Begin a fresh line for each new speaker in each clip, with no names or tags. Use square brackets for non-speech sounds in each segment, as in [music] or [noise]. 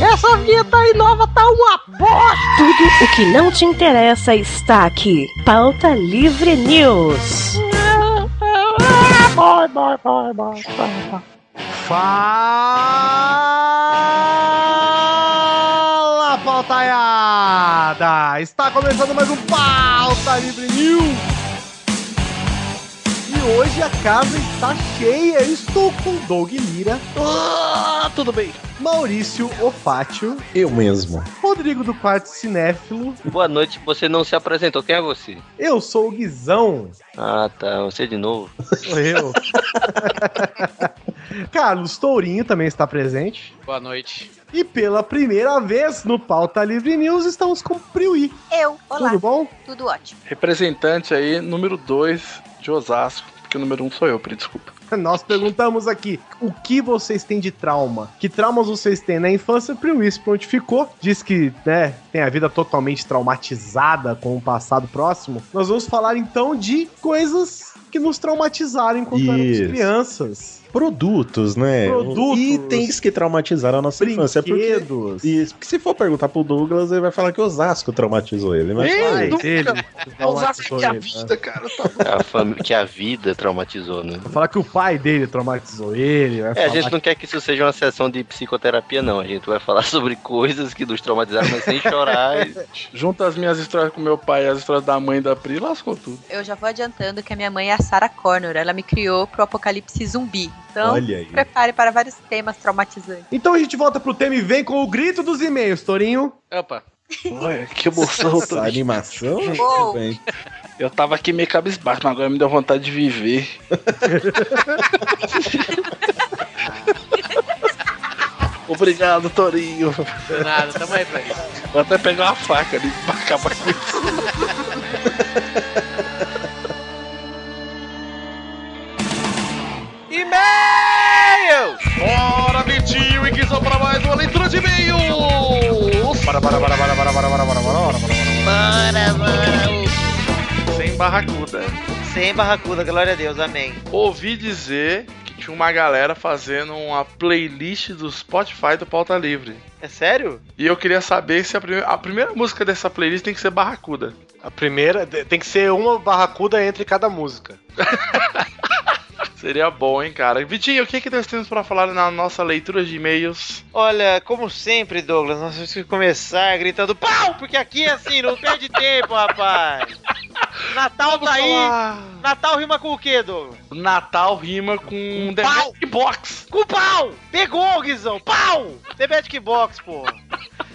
Essa vinheta aí nova tá uma bosta!
Tudo o que não te interessa está aqui. Pauta Livre News.
Vai, vai, vai, vai, vai, vai.
Fala, pautaiada! Está começando mais um Pauta Livre News! E hoje a casa está cheia. Eu estou com Doug Lira,
Ah, tudo bem.
Maurício Ofátio,
Eu mesmo.
Rodrigo do Quarto Cinéfilo,
Boa noite, você não se apresentou. Quem é você?
eu sou o Guizão.
Ah, tá, você de novo.
Sou eu. Carlos Tourinho também está presente.
Boa noite.
E pela primeira vez no Pauta Livre News estamos com o Priui.
Eu, olá,
Tudo
tudo,
bom?
ótimo.
Representante aí, número 2 de Osasco, porque o número 1 um sou eu, Pri, desculpa.
Nós perguntamos aqui o que vocês têm de trauma. Que traumas vocês têm na infância? Priui se prontificou. Diz que né, tem a vida totalmente traumatizada com o passado próximo. Nós vamos falar então de coisas que nos traumatizaram enquanto
Isso.
éramos crianças.
Produtos, né?
Produtos.
Itens que traumatizaram a nossa infância. É Porque,
Brinquedos.
isso, porque se for perguntar pro Douglas, ele vai falar que Osasco traumatizou ele. Mas
Ai,
nunca.
dele.
Osasco que a
Traumatizou ele, né?
vida, cara. Tá
A fami- que a vida traumatizou, né?
Vai falar que o pai dele traumatizou ele. vai
É, a
falar
gente não quer que isso seja uma sessão de psicoterapia, não. A gente vai falar [laughs] sobre coisas que nos traumatizaram, mas sem chorar. E-
Junta as minhas histórias com meu pai e as histórias da mãe da Pri, lascou tudo.
Eu já vou adiantando que a minha mãe é a Sarah Connor. Ela me criou pro apocalipse zumbi. Então,
Olha aí.
é
prepare para vários
[laughs]
temas traumatizantes.
Então a gente volta pro tema e vem com o grito dos e-mails, Torinho.
Opa. Olha, que emoção.
Essa animação?
Uou.
Bem,
Eu tava aqui meio cabisbaixo, mas agora me deu vontade de viver. Obrigado, Torinho.
Nada, tamo aí pra isso.
Vou até pegar uma faca ali pra acabar com isso.
É,
E-mail! Bora, Vitinho, e que só para mais uma leitura de e-mails! Para, para, para, para, para, para, para, para, para, para, para.
Bora, vamos!
Sem barracuda.
Sem barracuda, glória a Deus, amém.
Ouvi dizer que tinha uma galera fazendo uma playlist do Spotify do Pauta Livre.
É sério?
E eu queria saber se a, prime- a primeira música dessa playlist tem que ser Barracuda.
A primeira de- tem que ser uma barracuda entre cada música.
Seria bom, hein, cara. Vitinho, o que, que nós temos pra falar na nossa leitura de e-mails?
Olha, como sempre, Douglas, nós temos que começar gritando pau, porque aqui é assim, não perde tempo, rapaz. Natal tá aí.
Falar.
Natal rima com o quê, Douglas?
Natal rima com The
pau.
Magic Box.
Com pau! Pegou, Guizão! Pau! The Magic Box, porra.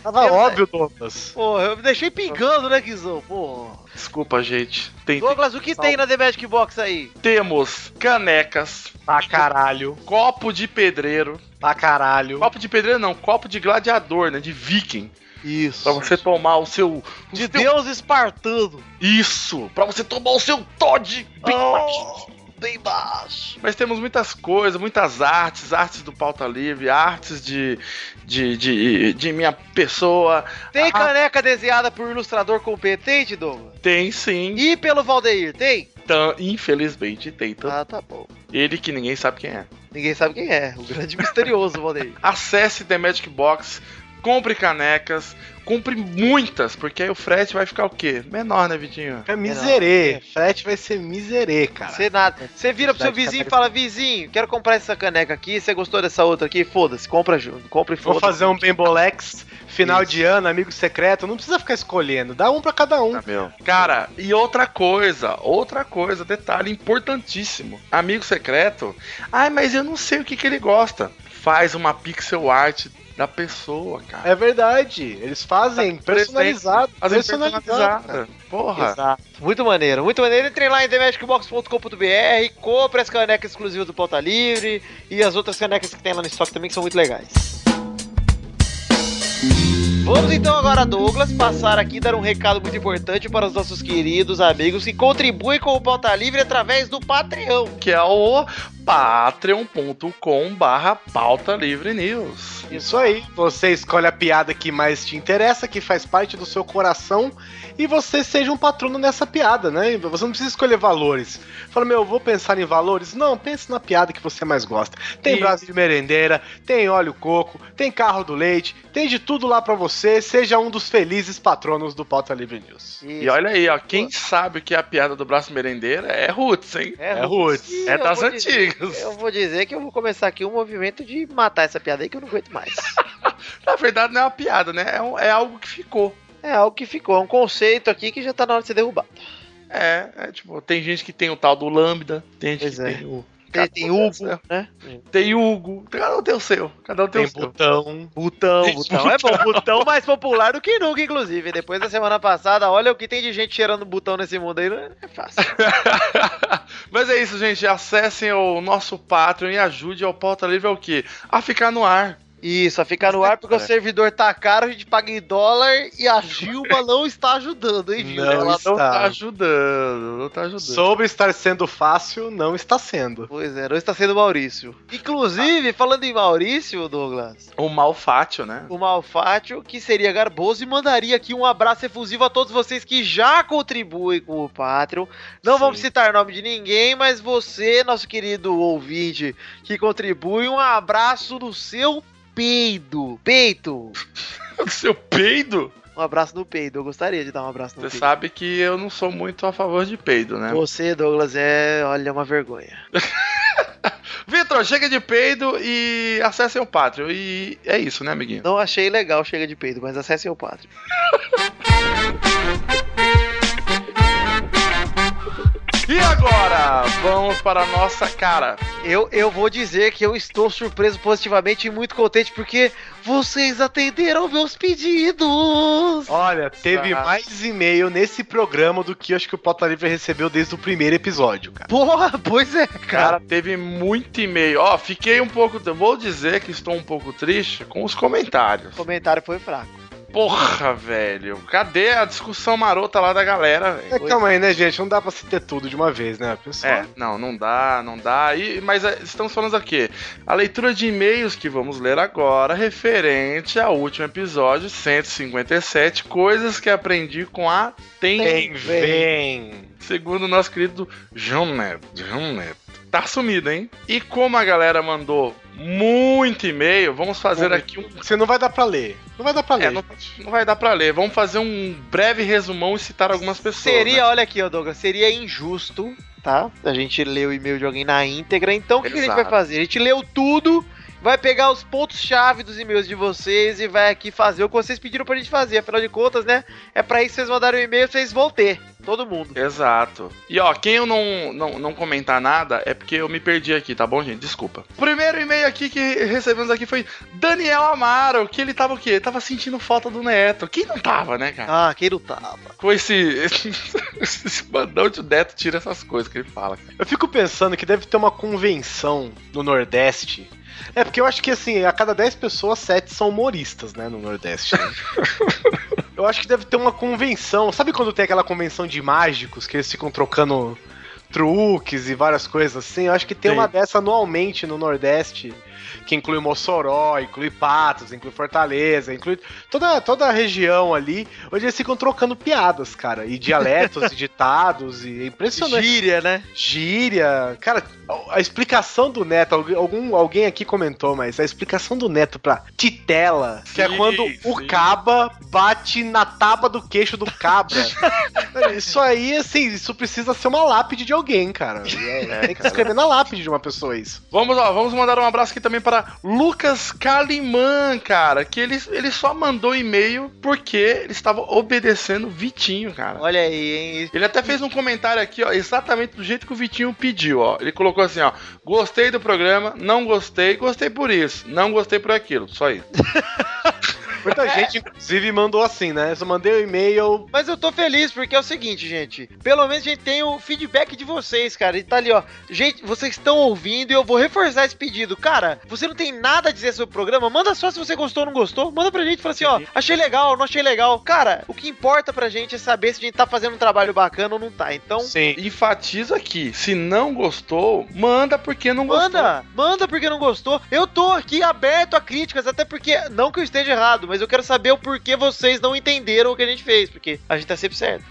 Tava
Eu-
óbvio, Douglas.
Porra, eu me deixei pingando, né, Guizão? Porra.
Desculpa, gente. Tem,
Douglas, o que tem na The Magic Box aí?
temos canecas,
Pra
Ah,
caralho.
copo de pedreiro.
Pra caralho.
Copo de pedreiro não, copo de gladiador, né? De viking.
Isso.
Pra você tomar o seu. o
De
seu-
Deus espartano. Oh,
Isso! Pra você tomar o seu Todd! Bem baixinho.
Bem baixo.
Mas temos muitas coisas, muitas artes, artes do pauta livre, artes de. de, de, de minha pessoa.
Tem
Ah.
caneca desenhada por ilustrador competente, Douglas?
Tem sim.
E pelo Valdeir, tem?
Então, infelizmente tem. Então,
Ah, tá bom.
Ele que ninguém sabe quem é.
Ninguém sabe quem é. O grande misterioso Valdeir.
Acesse The Magic Box, compre canecas, compre muitas, porque aí o frete vai ficar o quê? Menor, né, Vitinho?
É miserê. Frete vai ser miserê, cara.
Você nada. Você vira pro seu
Verdade,
vizinho e
caneca.
fala: Vizinho, quero comprar essa caneca aqui. Você gostou dessa outra aqui? Foda-se, compra junto. Compra e
Vou
foda-se.
fazer um Bembolex, final de ano, amigo secreto. Não precisa ficar escolhendo. Dá um pra cada um.
Cara, e outra coisa, outra coisa, detalhe importantíssimo. Amigo secreto, ai, mas eu não sei o que, que ele gosta. Faz uma pixel art da pessoa, cara.
É verdade. Eles fazem personalizado.
Fazem
personalizado.
personalizada. Porra.
Exato. Muito maneiro, muito maneiro. Entrem lá em themagicbox.com.br, compre as canecas exclusivas do Pauta Livre e as outras canecas que tem lá no estoque também que são muito legais. Vamos então agora, Douglas, passar aqui e dar um recado muito importante para os nossos queridos amigos que contribuem com o Pauta Livre através do Patreon.
Que é o patreon.com barra pauta livre news.
Isso aí, você escolhe a piada que mais te interessa, que faz parte do seu coração, e você seja um patrono nessa piada, né? Você não precisa escolher valores. Fala, meu, eu vou pensar em valores? Não, pense na piada que você mais gosta. Tem
Isso.
braço de merendeira, tem óleo coco, tem carro do leite, tem de tudo lá pra você. Seja um dos felizes patronos do Pauta Livre News.
E olha aí, ó, quem sabe o que é a piada do braço merendeira é Roots, hein?
É,
Roots.
E
É
eu
das
vou dizer- É.
antigas.
Eu vou dizer que eu vou começar aqui um movimento de matar essa piada aí que eu não aguento mais.
Na verdade, não é uma piada, né? É, um- é algo que ficou.
É algo que ficou, é um conceito aqui que já tá na hora de ser derrubado.
É, é tipo, tem gente que tem o tal do Lambda, tem gente
Pois
que
é.
tem o.
Tem, tem
Cada um
Hugo, né?
Tem o Hugo. Cada um tem o seu. Cada um tem, o seu.
botão.
Butão, butão. É bom, butão mais popular do que nunca, inclusive. Depois da semana passada, olha o que tem de gente cheirando botão nesse mundo aí, não é fácil.
Mas é isso, gente. Acessem o nosso Patreon e ajude ao Pauta Livre ao quê? A ficar no ar.
Isso, a ficar no ar porque
É.
o servidor tá caro, a gente paga em dólar e a Gilma não está ajudando, hein, Gilma?
Não
Ela
está.
Tá ajudando, não tá ajudando.
Sobre estar sendo fácil, não está sendo.
Pois é, não está sendo Maurício. Inclusive, falando em Maurício, Douglas,
O Malfátio, né?
o Malfátio, que seria Garboso, e mandaria aqui um abraço efusivo a todos vocês que já contribuem com o Patreon. Não vamos citar nome de ninguém, mas você, nosso querido ouvinte, que contribui, um abraço no seu peido. Peito!
O [laughs] seu peido?
Um abraço no peido. Eu gostaria de dar um abraço no
Você
peido.
sabe que eu não sou muito a favor de peido, né?
Você, Douglas, é, olha, uma vergonha.
Vitor, chega de peido e acessem o Patreon. E é isso, né, amiguinho?
Não achei legal, chega de peido, mas acessem o Patreon.
E agora, vamos para a nossa cara.
Eu, eu vou dizer que eu estou surpreso positivamente e muito contente porque vocês atenderam meus pedidos.
Olha, teve
Nossa.
mais e-mail nesse programa do que acho que o Pauta Livre recebeu desde o primeiro episódio, cara.
Porra, pois é, cara.
Cara, teve muito e-mail. Ó, fiquei um pouco. Vou dizer que estou um pouco triste com os comentários.
O comentário foi fraco.
Porra, velho. Cadê a discussão marota lá da galera, velho?
É, calma aí, né, gente? Não dá pra se ter tudo de uma vez, né, pessoal?
É, não, não dá, não dá. E, mas é, estamos falando aqui. A leitura de e-mails que vamos ler agora, referente ao último episódio 157, coisas que aprendi com a Tem.
Vem, vem.
Segundo o nosso querido João Neto. João Neto. Tá sumido, hein? E como a galera mandou muito e-mail, vamos fazer aqui um. É,
Você não vai dar pra ler. Não vai dar pra ler.
não- Não vai dar pra ler, vamos fazer um breve resumão e citar algumas pessoas. né?
Seria, olha aqui, ó, Douglas, seria injusto, tá? A gente lê o e-mail de alguém na íntegra. Então, o que, que a gente
Exato.
vai fazer? A gente leu tudo, vai pegar os pontos-chave dos e-mails de vocês e vai aqui fazer o que vocês pediram pra gente fazer. Afinal de contas, né? É pra isso que vocês mandaram o e-mail, vocês vão ter. Todo mundo.
Exato. E ó, quem eu não, não, não comentar nada é porque eu me perdi aqui, tá bom, gente? Desculpa. Primeiro e-mail aqui que recebemos aqui foi Daniel Amaro, que ele tava o quê? Ele tava sentindo falta do Neto. Quem não tava, né, cara?
Ah, quem não tava?
Com esse. [laughs] Esse, esse bandão de Neto tira essas coisas que ele fala, cara.
Eu fico pensando que deve ter uma convenção no Nordeste. É porque eu acho que, assim, a cada 10 pessoas, 7 são humoristas, né, no Nordeste. né? eu acho que deve ter uma convenção. Sabe quando tem aquela convenção de mágicos que eles ficam trocando truques e várias coisas assim? Eu acho que tem
Sim.
uma dessa anualmente no Nordeste, que inclui Mossoró, inclui Patos, inclui Fortaleza, inclui toda, toda a região ali, onde eles ficam trocando piadas, cara, e dialetos, e ditados, e é impressionante
Gíria, né?
gíria. Cara, a explicação do Neto, algu- algum, alguém aqui comentou, mas a explicação do Neto pra titela, que é
Sim,
quando
sim.
o caba bate na tábua do queixo do
[laughs]
cabra. isso aí, assim, isso precisa ser uma lápide de alguém, cara.
É,
É, Tem que escrever na lápide de uma pessoa isso.
Vamos, ó, vamos mandar um abraço aqui também para Lucas Kaliman, cara. Que ele, ele só mandou e-mail porque ele estava obedecendo Vitinho, cara.
Olha aí, hein?
Ele até fez um comentário aqui, ó, exatamente do jeito que o Vitinho pediu, ó. Ele colocou assim, ó: "Gostei do programa, não gostei, gostei por isso, não gostei por aquilo". Só isso.
Muita gente, inclusive, mandou assim, né? Só mandei o e-mail.
Mas eu tô feliz porque é o seguinte, gente. Pelo menos a gente tem o feedback de vocês, cara. E tá ali, ó. Gente, vocês estão ouvindo e eu vou reforçar esse pedido. Cara, você não tem nada a dizer sobre o programa? Manda só se você gostou ou não gostou. Manda pra gente e fala assim, ó. Achei legal, não achei legal. Cara, o que importa pra gente é saber se a gente tá fazendo um trabalho bacana ou não tá. Então,
Sim.
Enfatizo aqui, se não gostou, manda porque não gostou.
Manda, manda porque não gostou. Eu tô aqui aberto a críticas, até porque, não que eu esteja errado, mas eu quero saber o porquê vocês não entenderam o que a gente fez, porque a gente tá sempre certo.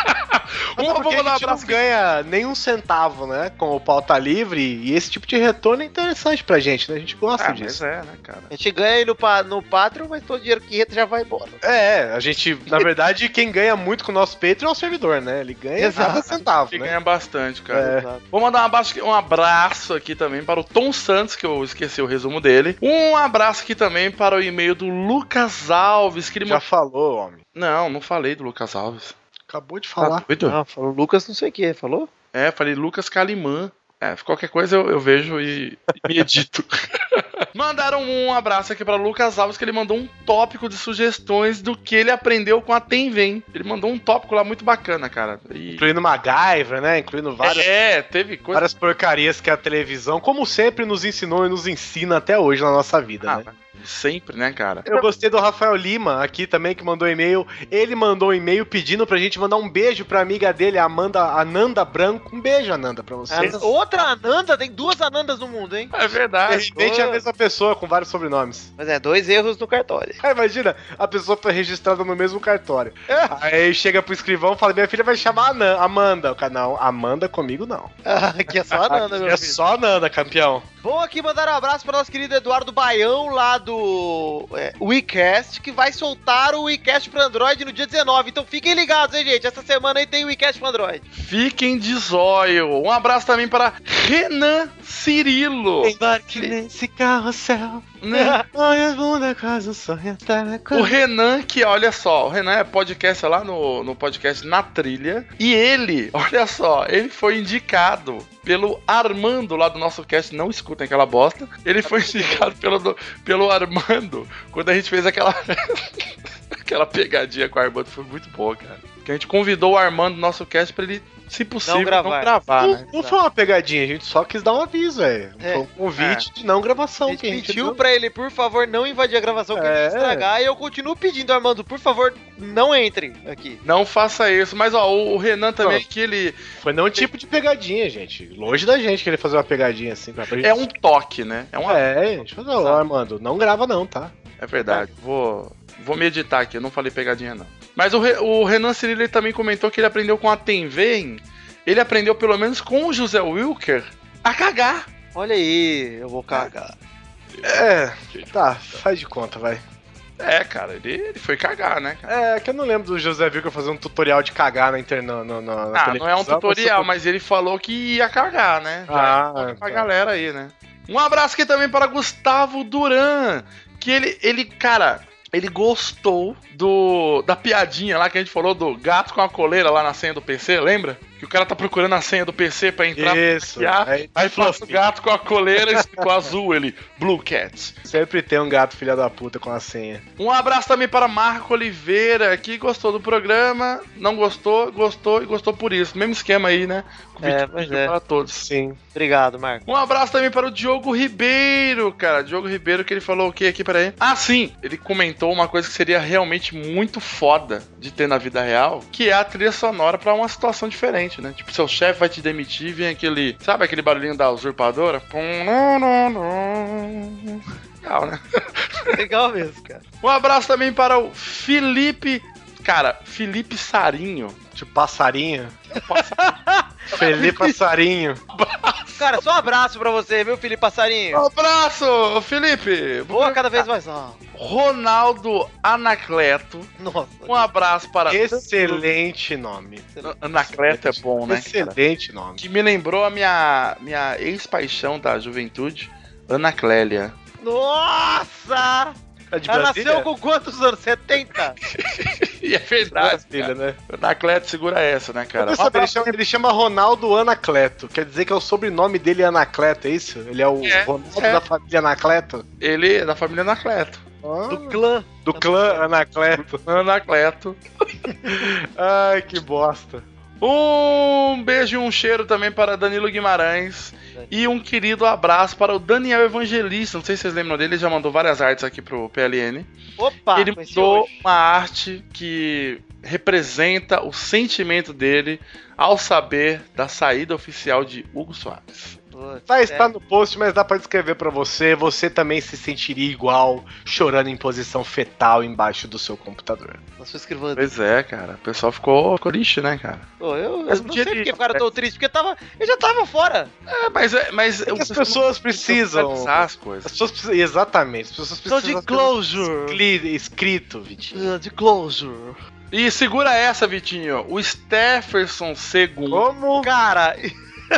Até
Vamos,
é porque
vamos
a
lá,
gente não
abraço.
ganha nenhum centavo, né? Com o pauta livre. E esse tipo de retorno é interessante pra gente, né? A gente gosta
Ah, mas
disso.
é, né, cara?
A gente ganha aí no, pa- no Patreon, mas todo o dinheiro que entra já vai embora.
É, a gente, na verdade, quem ganha muito com o nosso Patreon é o servidor, né? Ele ganha
Exato.
cada centavo,
Que
né?
ganha bastante, cara.
É.
Exato.
Vou mandar um abraço, um abraço aqui também para o Tom Santos, que eu esqueci o resumo dele. Um abraço aqui também para o e-mail do Lucas Alves, que ele
Já
mandou.
falou, homem.
Não, não falei do Lucas Alves.
Acabou de
Tá
falar.
doido?
Não, falou Lucas não sei o que, falou?
É, falei Lucas Calimã. É, qualquer coisa eu, eu vejo e, e me edito. [laughs] Mandaram um abraço aqui para Lucas Alves, que ele mandou um tópico de sugestões do que ele aprendeu com a Tenvem. Ele mandou um tópico lá muito bacana, cara. E...
Incluindo MacGyver, né? Incluindo várias,
É, teve coisa.
várias porcarias que a televisão, como sempre, nos ensinou e nos ensina até hoje na nossa vida,
Ah,
né?
Sempre, né, cara?
Eu gostei do Rafael Lima aqui também, que mandou e-mail. Ele mandou um e-mail pedindo pra gente mandar um beijo pra amiga dele, a Amanda Ananda Branco. Um beijo, Ananda, pra você.
Ananda- Outra Ananda, tem duas Anandas no mundo, hein?
É
De
verdade.
repente é a mesma pessoa com vários sobrenomes.
[laughs] Mas é, dois erros no cartório.
[laughs] Ah, imagina, a pessoa foi registrada no mesmo cartório. Aí chega pro escrivão e fala: Minha filha vai chamar Anan- Amanda. O cara, não, Amanda comigo não.
[laughs] Aqui é só Ananda, meu
é
filho.
só Ananda, campeão.
Bom, aqui mandar um abraço para nosso querido Eduardo Baião, lá do é, WeCast, que vai soltar o WeCast para Android no dia 19. Então fiquem ligados, hein, gente? Essa semana aí tem WeCast para Android.
Fiquem de zóio. Um abraço também para Renan Cirilo.
Embarque nesse carrossel.
Né?
Olha a bunda, quase um sonho até na
O Renan, que olha só, o Renan é podcast lá no, no podcast Na Trilha. E ele, [laughs] olha só, ele foi indicado pelo Armando lá do nosso cast. Não escutem aquela bosta. Ele foi indicado pelo, do- pelo Armando quando a gente fez aquela. [laughs] aquela pegadinha com o Armando. Foi muito boa, cara. Que a gente convidou o Armando do nosso cast pra ele, se possível, não gravar,
gravar.
né?
Não, não foi uma pegadinha, a gente só quis dar um aviso, é.
É.
Foi um convite de não gravação
A
que
gente
a gente
pediu
deu.
para ele, por favor, não invadir a gravação que ele
É.
vai estragar. E eu continuo pedindo, Armando, por favor, não entre aqui.
Não faça isso. Mas, ó, o o Renan também, que ele
Foi não um tipo de pegadinha, gente. Longe da gente querer fazer uma pegadinha assim. Pra pra gente...
é um toque, né? É, uma... é.
É, a gente falou, ó, Armando, não grava não, tá?
verdade. Vou, vou meditar aqui, eu não falei pegadinha, não. Mas o, Re- o Renan Cirilli ele também comentou que ele aprendeu com a Tenvem, ele aprendeu pelo menos com o José Wilker a cagar.
Olha aí, eu vou cagar.
É, tá, faz de conta, vai.
É, cara, ele, ele foi cagar, né, cara?
É, que eu não lembro do José Vilker fazer um tutorial de cagar na internet, na, na, na
Ah, não é um
televisão,
tutorial,
mas...
mas ele falou que ia cagar, né? Já
Ah,
é pra
tá.
galera aí, né? Um abraço aqui também para Gustavo Duran, que ele, ele, cara, ele gostou do da piadinha lá que a gente falou do gato com a coleira lá na senha do PC, lembra? Que o cara tá procurando a senha do PC pra entrar,
Isso,
hackear,
aí,
aí passa o
fluffy.
gato com a coleira e ficou azul ele, Blue Cat.
sempre tem um gato filha da puta com a senha.
Um abraço também para Marco Oliveira, que gostou do programa, não gostou, gostou e gostou por isso. Mesmo esquema aí, né? Com
É,
vídeo-
pois
vídeo
é.
para todos.
Sim.
Obrigado, Marco.
Um abraço também para o Diogo Ribeiro, cara. Diogo Ribeiro, que ele falou o que aqui, peraí? Ah, sim! Ele comentou uma coisa que seria realmente muito foda de ter na vida real, que é a trilha sonora pra uma situação diferente, né? Tipo, seu chefe vai te demitir, vem aquele... Sabe aquele barulhinho da usurpadora? Pum, num, num, num. Legal, né?
[laughs] Legal mesmo, cara.
Um abraço também para o Felipe... Cara, Felipe Sarinho.
De
[laughs]
passarinho. Felipe Passarinho.
Cara, só um abraço pra você, viu, Felipe Passarinho?
Um abraço, Felipe!
Boa cada vez mais Ah, alto.
Ronaldo Anacleto.
Nossa.
Um abraço para...
Excelente nome.
Anacleto é bom, né? cara?
Excelente nome.
Que me lembrou a minha, minha ex-paixão da juventude, Ana Clélia.
Nossa!
É de
Ela nasceu
Brasília?
com quantos anos? 70?
[laughs] E é verdade.
Brasília, né?
Anacleto segura essa, né, cara?
Eu sabia, ele, chama, ele chama Ronaldo Anacleto. Quer dizer que é o sobrenome dele é Anacleto, é isso? Ele é o
É,
Ronaldo
é.
da família Anacleto?
[laughs] Ele é da família Anacleto.
Do clã.
Do clã Anacleto.
Anacleto.
Ai, que bosta.
Um beijo e um cheiro também para Danilo Guimarães. E um querido abraço para o Daniel Evangelista. Não sei se vocês lembram dele, ele já mandou várias artes aqui pro PLN.
Opa,
ele
conheci
mandou
hoje.
uma arte que representa o sentimento dele ao saber da saída oficial de Hugo Soares.
Putz,
Tá,
é.
está no post, mas dá pra descrever pra você. Você também se sentiria igual, chorando em posição fetal embaixo do seu computador.
Na sua escrivana.
Pois é, cara. O pessoal ficou, ficou lixo, né, cara?
Pô, eu,
Mas
eu
um
não
dia
sei porque
ele-
ficaram tão tristes, porque eu tava, eu já tava fora.
É, mas, é- mas
É que as pessoas precisam.
analisar as
As
coisas.
pessoas precisam. Exatamente, as pessoas
Tô
precisam.
de
ter
closure.
escli- Escrito, Vitinho.
Ah, De closure.
E segura essa, Vitinho. O Stefferson II.
Como?
Cara,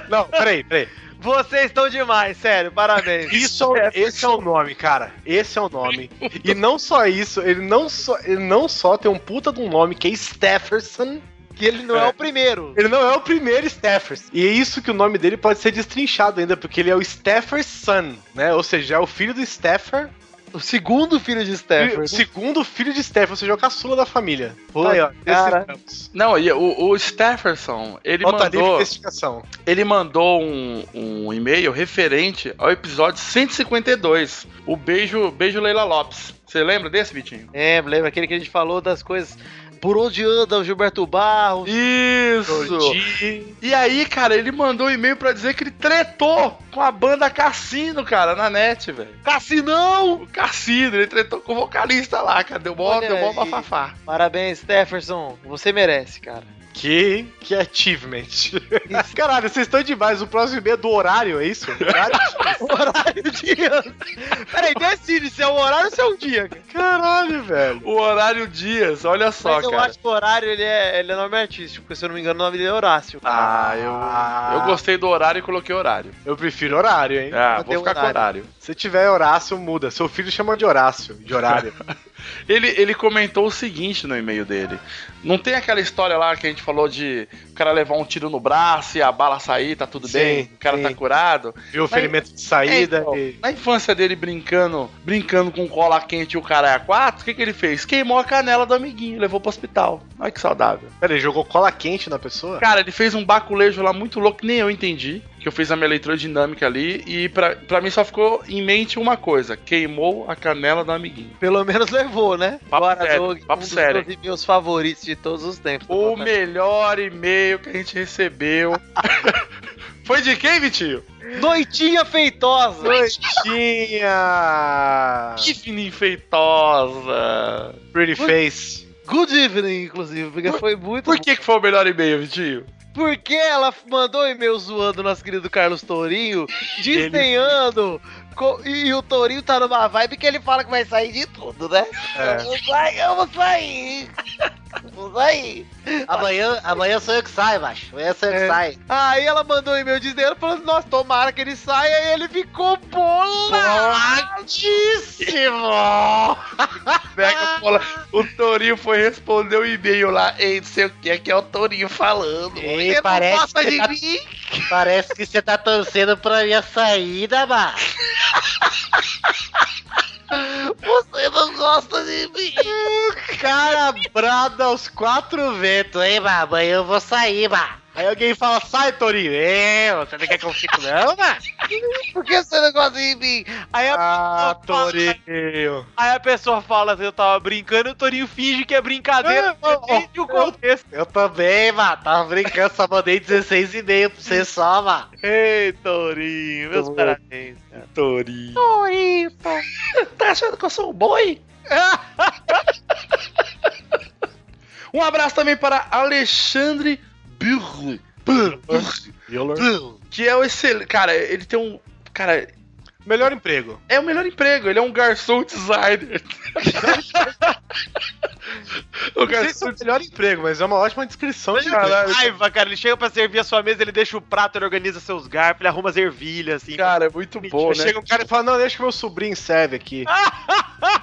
Não, peraí, peraí.
vocês estão demais, sério, parabéns. [laughs]
Isso é, esse é o nome, cara. Esse é o nome. E não só isso, ele não só, ele não só tem um puta de um nome que é Stefferson.
Que ele não é, o primeiro.
Ele não é o primeiro Steffers. E é isso que o nome dele pode ser destrinchado ainda, porque ele é o Steffer's son, né? Ou seja, é o filho do Steffer,
O segundo filho de
o
Stafford.
segundo filho de Steffer, ou seja, é o caçula da família.
Pô,
aí, ó,
cara.
decisamos.
Não, e o, o Stefferson, ele
Nota livre de
mandou,
investigação.
ele mandou um, um e-mail referente ao episódio 152. O beijo, beijo Leila Lopes. Você lembra desse, Vitinho?
É, lembra aquele que a gente falou das coisas por onde anda o Gilberto Barros.
Isso! E aí, cara, ele mandou um e-mail pra dizer que ele tretou com a banda Cassino, cara, na net, velho.
Cassinão!
O Cassino, ele tretou com o vocalista lá, cara. Deu mó,
Olha
deu mó
aí.
bafafá.
Parabéns, Stefferson. Você merece, cara.
Que, que achievement. [laughs] Caralho, vocês estão demais. O próximo e-mail é do horário, é isso? Horário?
Horário de Peraí, decide se é um horário ou se é um dia. Cara.
Caralho, velho.
O horário Dias, olha só,
Mas eu
cara.
acho que o horário ele é, ele é nome artístico, porque se eu não me engano o nome dele é Horácio.
Ah, eu, eu gostei do horário e coloquei horário.
Eu prefiro horário, hein?
Ah,
Eu
vou
tenho
ficar com horário.
Se tiver Horácio, muda. Seu filho chama de Horácio, de horário.
Ele, ele comentou o seguinte no e-mail dele. Não tem aquela história lá que a gente falou de o cara levar um tiro no braço e a bala sair, tá tudo
Sim,
bem, o cara
sim.
tá curado.
Viu o ferimento de saída?
É, então,
e-
Na infância dele brincando, brincando com cola quente e o cara é a quatro, o que, que ele fez? Queimou a canela do amiguinho, levou pro hospital. Olha que saudável.
Pera, ele jogou cola quente na pessoa?
Cara, ele fez um baculejo lá muito louco, que nem eu entendi. Que eu fiz a minha leitura dinâmica ali e pra, pra mim só ficou em mente uma coisa: queimou a canela do amiguinho.
Pelo menos levou, né?
Papo sério,
Doug,
papo
um dos
sério.
meus meus favoritos de todos os tempos.
O melhor e-mail que a gente recebeu. [laughs] Foi de quem, Vitinho?
Noitinha feitosa.
Noitinha!
Tiffany Feitosa.
Ah. Pretty face.
Good evening, inclusive, porque foi muito.
Por que, que foi o melhor e-mail, Vitinho?
Porque ela mandou um e-mail zoando nosso querido Carlos Tourinho, desenhando. co- E, e o Tourinho tá numa vibe que ele fala que vai sair de tudo, né?
é.
Eu, vou sair, eu vou sair. Eu Vou sair.
Amanhã, amanhã sou eu que saio, macho. Amanhã sou eu que
É.
saio.
Aí ela mandou um e-mail dizendo, falando, nossa, tomara que ele saia, e ele ficou bolado.
Pega, fala, o Torinho foi responder o e-mail lá. Ei, não sei o que, que é o Torinho falando.
Ei,
Ele
parece
não gosta
que
de
tá-
mim.
Parece que você tá torcendo pra minha saída, macho. Você não gosta de mim. Cara, brada aos quatro ventos, hein, mano? Amanhã eu vou sair, mano.
Aí alguém fala, sai, Torinho.
É,
Eu, você não quer que eu fique, não, mano?
Por que você não gosta de mim? Aí a,
Ah, Torinho.
aí a pessoa fala assim, eu tava brincando, e o Torinho finge que é brincadeira,
É, ó, ó,
finge o contexto.
Eu também, mano. Tava brincando, só mandei 16 e meio pra você só, mano.
Ei, Tourinho, meus
Tô-
parabéns.
Torinho.
Tá achando que eu sou um boi? [laughs] um abraço também para Alexandre Burri. Que é o excelente. Cara, ele tem um. Cara,
Melhor emprego.
é o melhor emprego. Ele é um garçom designer. [laughs] o
Não sei se é
garçom
o melhor emprego, mas é uma ótima descrição de
Caralho.
emprego.
Tipo, Raiva, cara, ele chega pra servir a sua mesa, ele deixa o prato, ele organiza seus garfos, ele arruma as ervilhas, assim.
Cara, é muito bom, né?
Chega um cara e fala, não, deixa que meu sobrinho serve aqui.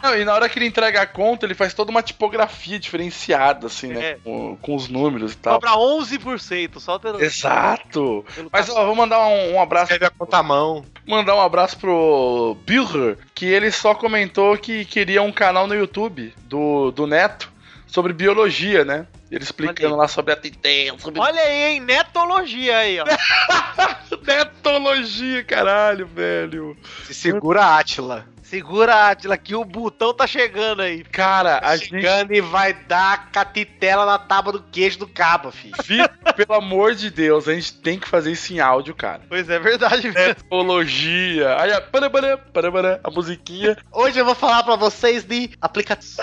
Não, e na hora que ele entrega a conta, ele faz toda uma tipografia diferenciada, assim, né?
É.
Com, com os números e tal.
Cobra 11%, só pelo.
Exato!
pelo
Mas ó, vou mandar um, um abraço.
Escreve a conta à mão.
Mandar um abraço pro Birrer, que ele só comentou que queria um canal no YouTube do, do Neto sobre biologia, né? Ele explicando lá sobre a titela, sobre
Olha aí, hein? Netologia aí, ó.
[laughs] netologia, caralho, velho.
Se segura a Atila.
Segura, Atila, que o botão tá chegando aí.
Cara, a gente.
Chegando e vai dar catitela na tábua do queijo do cabo, filho.
Vitor, pelo amor de Deus, a gente tem que fazer isso em áudio, cara.
Pois é, verdade mesmo.
Netologia. Aí, ó, parabará, parabará, a musiquinha.
Hoje eu vou falar pra vocês de aplicativos.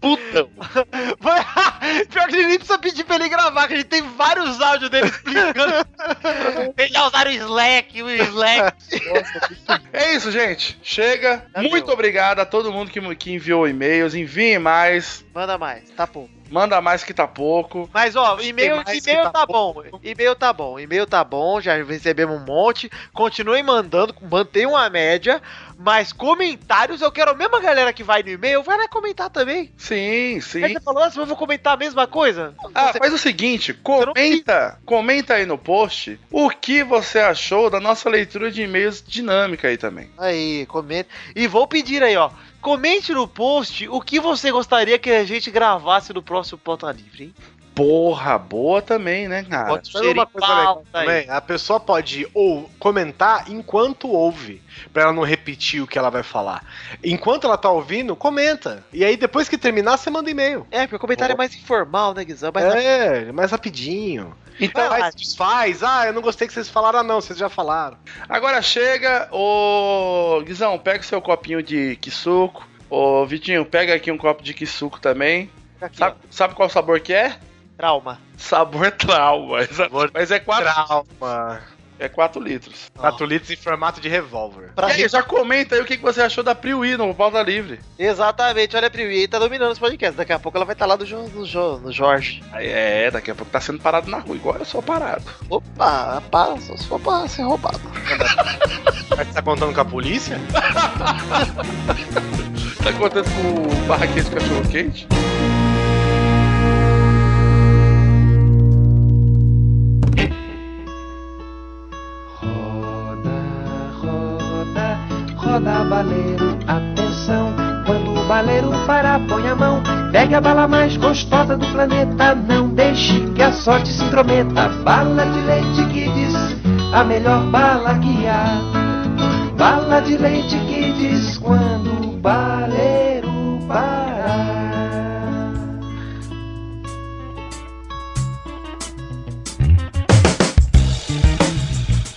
Puta,
Vai- [laughs] Pior que a gente nem precisa pedir pra ele gravar, que a gente tem vários áuos dele
[laughs]
explicando. Vocês já usaram o Slack, o [laughs] Slack.
É isso, gente. Chega.
Valeu.
Muito obrigado a todo mundo que, que enviou e-mails. Enviem mais.
Manda mais, tá bom.
Manda mais que tá pouco.
Mas ó, e-mail,
Tem mais que
e-mail
tá
tá bom. E-mail tá bom, e-mail tá bom, já recebemos um monte. Continuem mandando, mantenham a média. Mas comentários, eu quero a mesma galera que vai no e-mail, vai lá comentar também.
Sim,
Aí
sim.
você falou, nossa, mas eu vou comentar a mesma coisa?
Ah,
Você-
faz o seguinte, comenta, comenta aí no post o que você achou da nossa leitura de e-mails dinâmica aí também.
Aí, comenta. E vou pedir aí, ó. Comente no post o que você gostaria que a gente gravasse no próximo Pauta Livre, hein?
Porra, boa também, né, cara?
Pode
sabe uma coisa legal
Tá
também? A pessoa pode ou comentar enquanto ouve, pra ela não repetir o que ela vai falar. Enquanto ela tá ouvindo, comenta. E aí depois que terminar, você manda e-mail.
É, porque o comentário é mais informal, né, Guizão? Mas
É, mais rapidinho.
Então,
Vai, desfaz. Ah, eu não gostei que vocês falaram, ah, não, vocês já falaram.
Agora chega, ô Guizão, pega o seu copinho de quissuco. Ô Vitinho, pega aqui um copo de quissuco também.
fica aqui,
Sabe, sabe qual sabor que é?
ó, trauma.
Sabor trauma. [laughs] exato. Mas é 4
Trauma.
é quatro litros.
Patrolitos em formato de revólver.
Pra
E aí, já comenta aí o que que você achou da Priui no Pauta Livre.
Exatamente, olha a Privi tá dominando os podcasts. Daqui a pouco ela vai estar lá no, Jo- no Jo- no Jorge.
Aí, É, daqui a pouco tá sendo parado na rua, igual eu sou parado.
Opa, para, só se for pra ser roubado.
Mas você tá contando com a polícia?
Tá acontecendo com o barraquete de cachorro quente?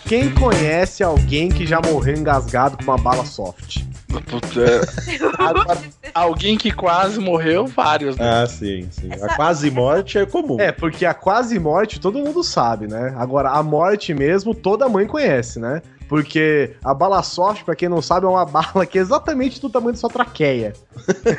Quem conhece alguém que já morreu engasgado com uma bala soft?
[laughs]
Agora, alguém que quase morreu, vários, né?
Ah, sim, sim.
Essa-
A quase morte é comum.
É, porque a quase morte todo mundo sabe, né? Agora, a morte mesmo toda mãe conhece, né? Porque a bala soft, pra quem não sabe, é uma [laughs] bala que é exatamente do tamanho da sua traqueia.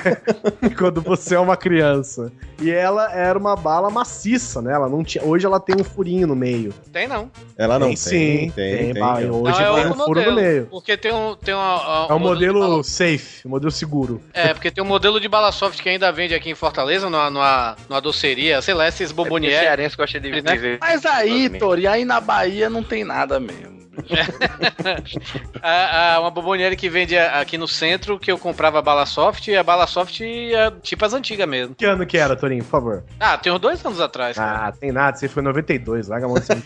[laughs] Quando você é uma criança. E ela era uma bala maciça, né? Ela não tinha, hoje ela tem um furinho no meio.
Tem não.
Ela Ah, não tem.
sim, tem, bala.
tem.
Hoje
Não, é
tem um
outro
furo no
modelo.
meio.
Porque tem um. Tem uma,
É um modelo
de bala-
safe, um modelo seguro.
é, porque tem um modelo de bala soft que ainda vende aqui em Fortaleza, numa, numa, numa doceria, sei lá, esses
Porque
bombonier.
cearense gosta de
Né?
viver.
Mas aí,
Exatamente.
Tori, aí na Bahia não tem nada mesmo.
É.
Ah, ah, uma bomboniere que vende a- aqui no centro, que eu comprava bala soft, e a bala soft é tipo as antigas mesmo.
Que ano que era, Torinho, por favor?
Ah, tem uns dois anos atrás, cara. É,
Ah, tem nada, você foi em 92, larga a mão de cima.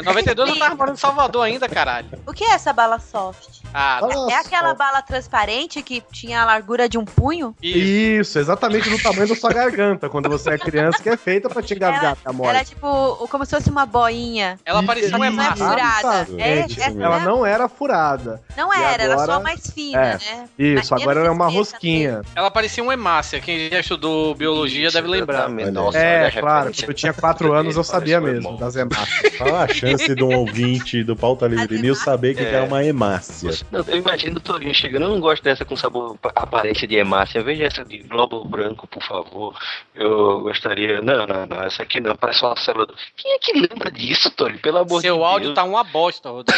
Em 92 eu tava morando em Salvador ainda, caralho.
O que é essa bala soft?
Ah,
É aquela bala transparente que tinha a largura de um punho?
e
Isso, exatamente do tamanho da sua garganta, quando você é criança, que é feita pra te engasgar até a
Era
morte.
tipo o- como se fosse uma boinha.
ela
Só
parecia um
que não é
hemácia.
furada.
sabe?
É,
É, tipo,
é-
mesmo.
Ela não era furada.
não
e
era, era
agora-
só mais fina,
é.
né?
Isso,
Mas
agora
menos
ela é uma
espessa
rosquinha.
Ela parecia um hemácia. Quem já estudou biologia
Isso,
deve lembrar.
exatamente.
Olha.
Nossa, olha
É,
a
claro,
referência.
quando eu tinha
[laughs]
4 anos eu sabia
Isso foi
mesmo
bom.
das hemácias.
Qual a chance de um ouvinte do Pauta Livre
As
News saber que
É.
é. uma hemácia?
Não, Eu imagino o Torinho chegando, eu não gosto dessa com sabor aparente de hemácia. Veja essa de globo branco, por favor. Eu gostaria. Não, não, não. Essa aqui não, parece uma célula. do- Quem é que lembra disso, Torinho? Pelo amor
Seu
de Tá
áudio
Deus.
tá uma bosta, Rodrigo.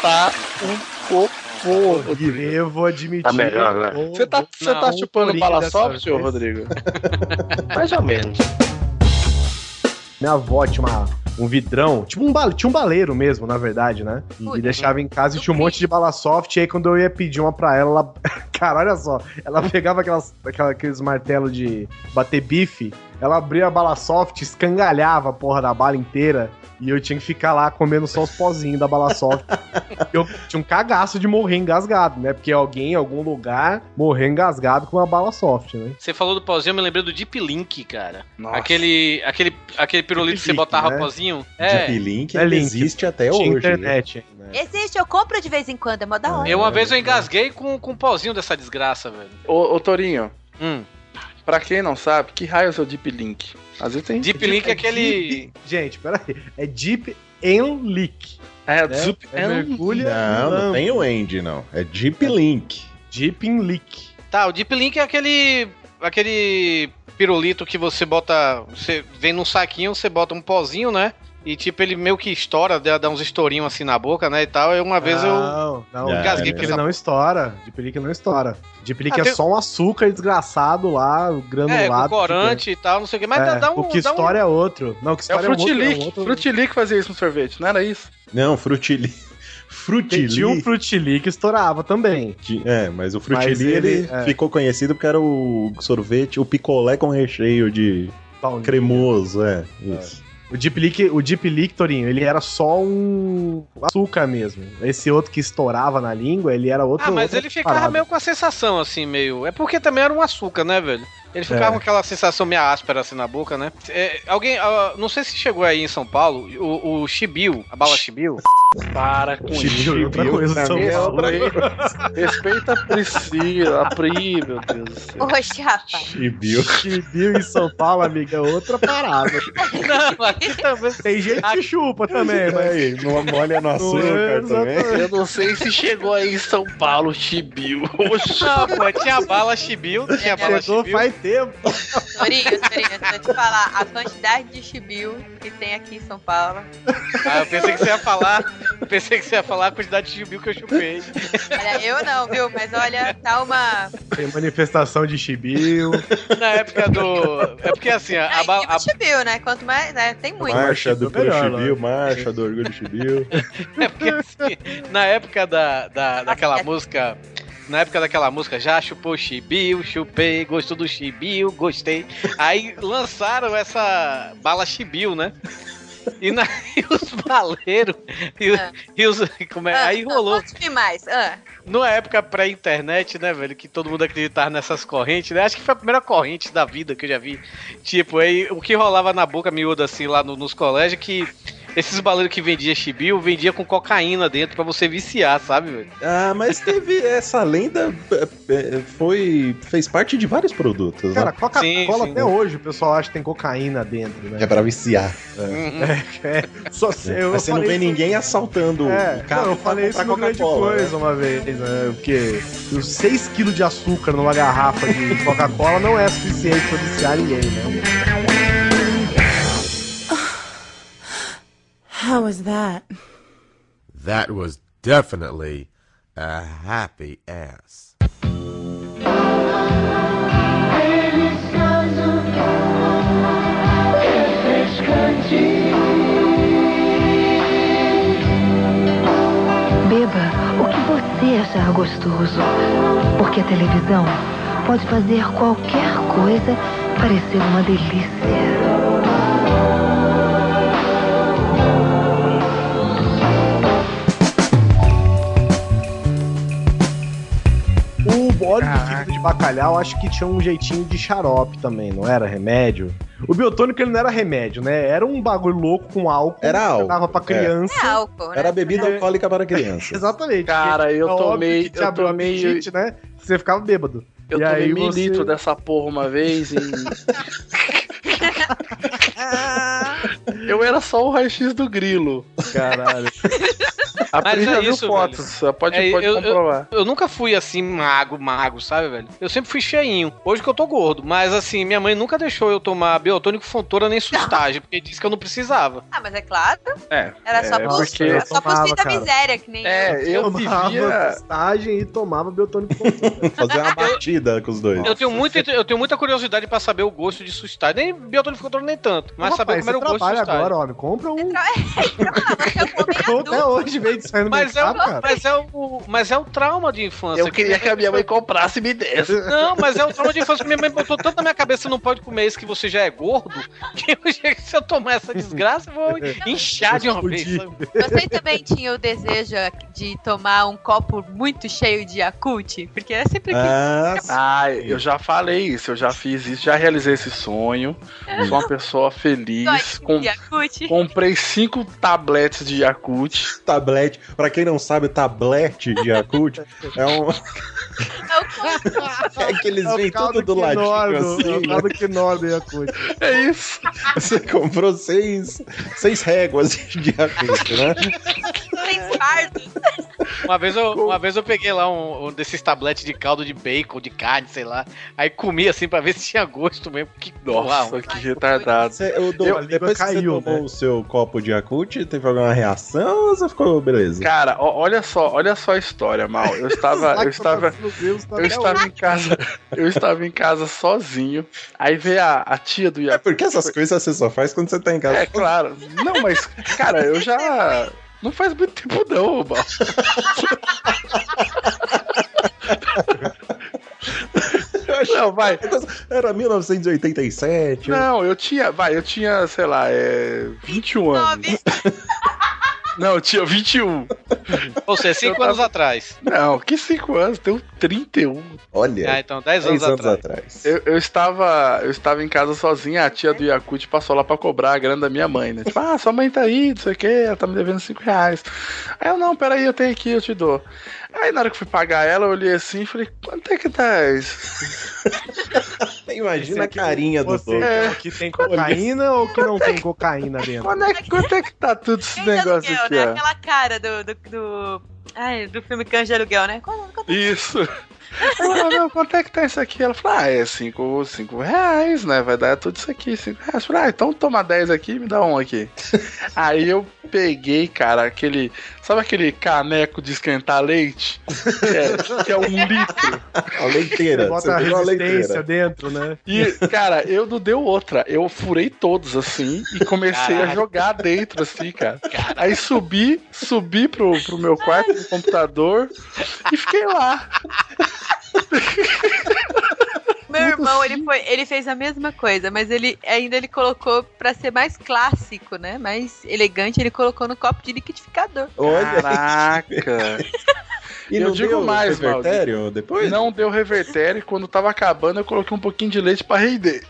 tá um pouco
Pô, devo admitir.
Tá melhor, né?
Você tá, você tá chupando bala soft, ô Rodrigo?
Mais
[laughs]
ou menos.
Minha avó tinha uma um vidrão, tipo um bal, tinha um baleiro mesmo, na verdade, né? E
Puta,
deixava em casa e
eu
tinha um monte de bala soft. E aí quando eu ia pedir uma pra ela, ela... [laughs] cara, olha só, ela pegava aquelas, aquela, aqueles martelos de bater bife, ela abria a bala soft, escangalhava a porra da bala inteira. E eu tinha que ficar lá comendo só os pozinhos da bala
[laughs]
soft. eu tinha um cagaço de morrer engasgado, né? Porque alguém em algum lugar morreu engasgado com uma bala soft, né?
Você falou do pozinho, eu me lembrei do Deep Link, cara.
Nossa.
Aquele, aquele, aquele pirulito que você
Link,
botava
né?
pozinho.
É.
É.
link
É link.
existe até
tinha
hoje. né?
internet ainda.
Existe, eu compro de vez em quando, é mó da hora.
Eu uma vez eu engasguei com, com o pozinho dessa desgraça, velho.
Ô, ô Torinho,
Hum.
pra quem não sabe, que raio é o seu Deep Link? Às vezes tem.
Deep Link é aquele.
Deep- gente, peraí. É Deep and Leak.
É,
né?
Zup.
É mergulha.
Não, não tem o End, não. É Deep Link.
Deep in Leak.
Tá, o Deep Link é aquele. aquele pirulito que você bota. Você vem num saquinho, você bota um pozinho, né? E tipo, ele meio que estoura, dá dá uns estourinhos assim na boca, né? E tal. E uma vez eu.
Não, não.
Ah,
Deep
engasguei
Leak
com
é, ele tá
essa
não estoura. Deep Leak não estoura. Deep Leak
Ah,
é
tem-
só um açúcar desgraçado lá, granulado.
É, com
que
corante e tal, não sei o que.
tem-
Mas dá,
um É,
dá um.
o que
dá um-
estoura é outro. Não, o que
É o
estoura é, outro.
Frutilic.
É outro.
Frutilic fazia isso no sorvete, não era isso?
Não, [laughs] Frutili. Frutili.
Tinha um Frutilic estourava também.
É, mas o Frutili
Mas ele-
ele,
é.
ficou conhecido porque era o sorvete, o picolé com recheio de
Baunilha.
cremoso, é. Isso.
O Deep Leak, o Deep Leak, Torinho, ele era só um açúcar mesmo. Esse outro que estourava na língua, ele era outro.
Ah, mas
outra
ele ficava
parada.
meio com a sensação, assim, meio. É porque também era um açúcar, né, velho? Ele
É.
ficava com aquela sensação meio áspera assim na boca, né? É, alguém. ah, não sei se chegou aí em São Paulo, o, o Chibiu, a bala Chibiu.
Para com
Chibiu, é outra coisa, São
É
Paulo.
outra coisa. Respeita a Priscila, a Pri, meu Deus do céu.
Oxe, rapaz.
Chibiu.
Chibiu em São Paulo, amiga, é outra
[laughs]
parada.
[laughs] Não, aqui também.
Tem gente que chupa também, mas. é,
Aí, não
[laughs]
molha no açúcar também.
Eu não sei se chegou aí em São Paulo, Chibiu.
[laughs] Não, pô, tinha a bala Chibiu, tinha a bala
Chegou
Chibiu.
faz tempo.
Torinho, Torinho, deixa eu te falar, a quantidade de chibiu que tem aqui em São Paulo.
Ah, eu pensei que você ia falar. eu Pensei que você ia falar a quantidade de chibiu que eu chupei.
Olha, eu não, viu? Mas olha, tá uma.
Tem manifestação de chibiu.
Na época do. É porque assim, a,
Ah,
a,
e tem
bala- a,
muito chibiu, né? Quanto mais, né? Tem muito.
Marcha do Pro
Melhor, né?
Chibiu, marcha do Orgulho Chibiu.
[laughs] É porque assim, na época da, da, daquela música. Na época daquela música, já chupou chibiu, chupei, gostou do chibiu, gostei. Aí lançaram essa bala chibiu, né? E, na- [laughs] e os baleiros. E, o-
Ah.
e os. Como é?
Ah,
Aí
não,
rolou.
Conte-me mais. Ah,
Numa época pré-internet, né, velho? Que todo mundo acreditava nessas correntes, né? Acho que foi a primeira corrente da vida que eu já vi. Tipo, aí o que rolava na boca miúda, assim, lá no- nos colégios, que esses baleiros que vendia chibiu, vendia com cocaína dentro pra você viciar, sabe, velho?
[laughs] Ah, mas teve essa lenda é, é, foi fez parte de vários produtos,
Cara,
né?
Sim,
Coca-Cola
sim.
até hoje o pessoal acha que tem cocaína dentro, né?
É pra viciar. né?
Uhum.
Só se- eu
É, mas você não vê
falei isso-
ninguém assaltando
É,
o carro.
não, eu falei isso no grande coisa uma vez, né? Porque 6kg de açúcar numa garrafa de Coca-Cola não é suficiente pra viciar ninguém, né?
How was that?
né?
That was definitely a happy ass.
Beba o que você achar gostoso. Porque a televisão pode fazer qualquer coisa parecer
[laughs]
uma delícia.
O óleo de fígado de bacalhau acho que tinha um jeitinho de xarope também, não era remédio? O biotônico ele não era remédio, né? Era um bagulho louco com álcool.
Era
que
álcool,
Dava pra
é.
criança.
é álcool, né?
Era bebida alcoólica
[laughs]
para criança.
Exatamente.
É. Cara, eu
É óbvio
tomei-
que te
eu
abriu o
tomei-
apetite, né? Você ficava bêbado.
Eu
E
tomei
aí
meio
você-
litro dessa porra uma vez
[laughs]
e. eu era só o raio-x do grilo.
[laughs]
Caralho.
A Pri já é viu isso, fotos, velho. pode, é, pode
eu,
comprovar.
Eu, eu, nunca fui assim magro, magro, sabe, velho? Eu sempre fui cheinho. Hoje que eu tô gordo, mas assim, minha mãe nunca deixou eu tomar biotônico fontora nem sustagem, porque disse que eu não precisava.
Ah, mas é claro.
É.
Era só é, por
porque...
só postinho da miséria, que nem
É, eu, eu
tomava
vivia...
sustagem e tomava biotônico fontora.
Fazer uma batida com os dois.
Eu tenho, muito, eu tenho muita curiosidade pra saber o gosto de sustagem. Nem biotônico fontora nem tanto, [laughs] mas Opa, saber como era o gosto de sustagem.
agora, homem. Compra um...
Ah,
[laughs]
Até
hoje vem de sair no
mas
mercado,
é o, cara. Mas é, o, mas é o trauma de infância.
Eu queria que a minha mãe comprasse e me desse.
[laughs]
[laughs]
Não, mas é o trauma de infância que minha mãe botou tanto na minha cabeça, não pode comer isso que você já é gordo, [laughs] que eu, se eu tomar essa desgraça, [laughs] eu vou inchar de uma vez.
Você também tinha o desejo de tomar um copo muito cheio de Yakult? Porque era sempre...
Ah, que... ah, eu já falei isso, eu já fiz isso, já realizei esse sonho. Sou uma pessoa feliz. Com, comprei cinco tabletes de Yakult.
Tablete. Pra quem não sabe, tablete de Yakult é um. [laughs]
então
É que eles é vêm tudo do ladinho assim.
É o caldo quinor do Yakult.
É isso.
Você comprou seis, seis réguas de Yakult, né?
[laughs]
Seis fardos.
Uma vez, eu, uma vez eu peguei lá um, um desses tabletes de caldo de bacon, de carne, sei lá. Aí comi assim pra ver se tinha gosto mesmo. Que
Nossa, que retardado.
Você, eu dou, eu, depois caiu, que você tomou né? o seu copo de Yakult, teve alguma reação ou você ficou beleza?
Cara, ó, olha só, olha só a história, mal. Eu estava, eu estava, eu estava em casa, eu estava em casa sozinho. Aí veio a, a tia do Yakult.
É porque essas coisas você só faz quando você tá em casa.
É claro. Não, mas cara, eu já não faz muito tempo não, mal.
Não, vai. é Era 1987.
Não, eu tinha, vai, eu tinha, sei lá, é 21 anos. Não, eu tinha 21.
Ou seja, 5 tava... anos atrás.
Não, que 5 anos? Tenho 31.
É.
Olha.
Ah, então 10 anos, anos, atrás. atrás.
Eu, eu, estava, eu estava em casa sozinha, a tia do Yakut passou lá pra cobrar a grana da minha mãe, né? Tipo, ah, sua mãe tá aí, não sei o que, ela tá me devendo 5 reais. Aí eu, não, peraí, eu tenho aqui, eu te dou. Aí na hora que fui pagar ela, eu olhei assim e falei, quanto é que tá isso?
Imagina a carinha do
você
todo.
É. Que tem cocaína ou que não tem cocaína dentro?
Quanto é, que, quanto é que tá tudo esse Quem negócio aqui?
Né? Aquela cara do, do, do, ai, do filme Cães de Aluguel, né? Quanto,
quanto isso. Eu falei, meu, quanto é que tá isso aqui? Ela falou, ah, é 5 reais, né? Vai dar tudo isso aqui, 5 reais. Eu falei, ah, então toma 10 aqui e me dá um [laughs] aqui. Aí eu peguei, cara, aquele. Sabe aquele caneco de esquentar leite? Que é, que é um [laughs] litro.
A leiteira. Você
bota a resistência dentro, né?
E, cara, eu não deu outra. Eu furei todos, assim, e comecei Caraca. a jogar dentro, assim, cara. Caraca. Aí subi, subi pro, pro meu quarto, pro computador, e fiquei lá.
Meu irmão, ele, foi, ele fez a mesma coisa, mas ele ainda ele colocou para ser mais clássico, né? Mais elegante, ele colocou no copo de liquidificador.
Olha. Caraca.
E eu não digo deu mais, revertério
Valdir.
depois?
Não deu revertério e quando tava acabando eu coloquei um pouquinho de leite para render.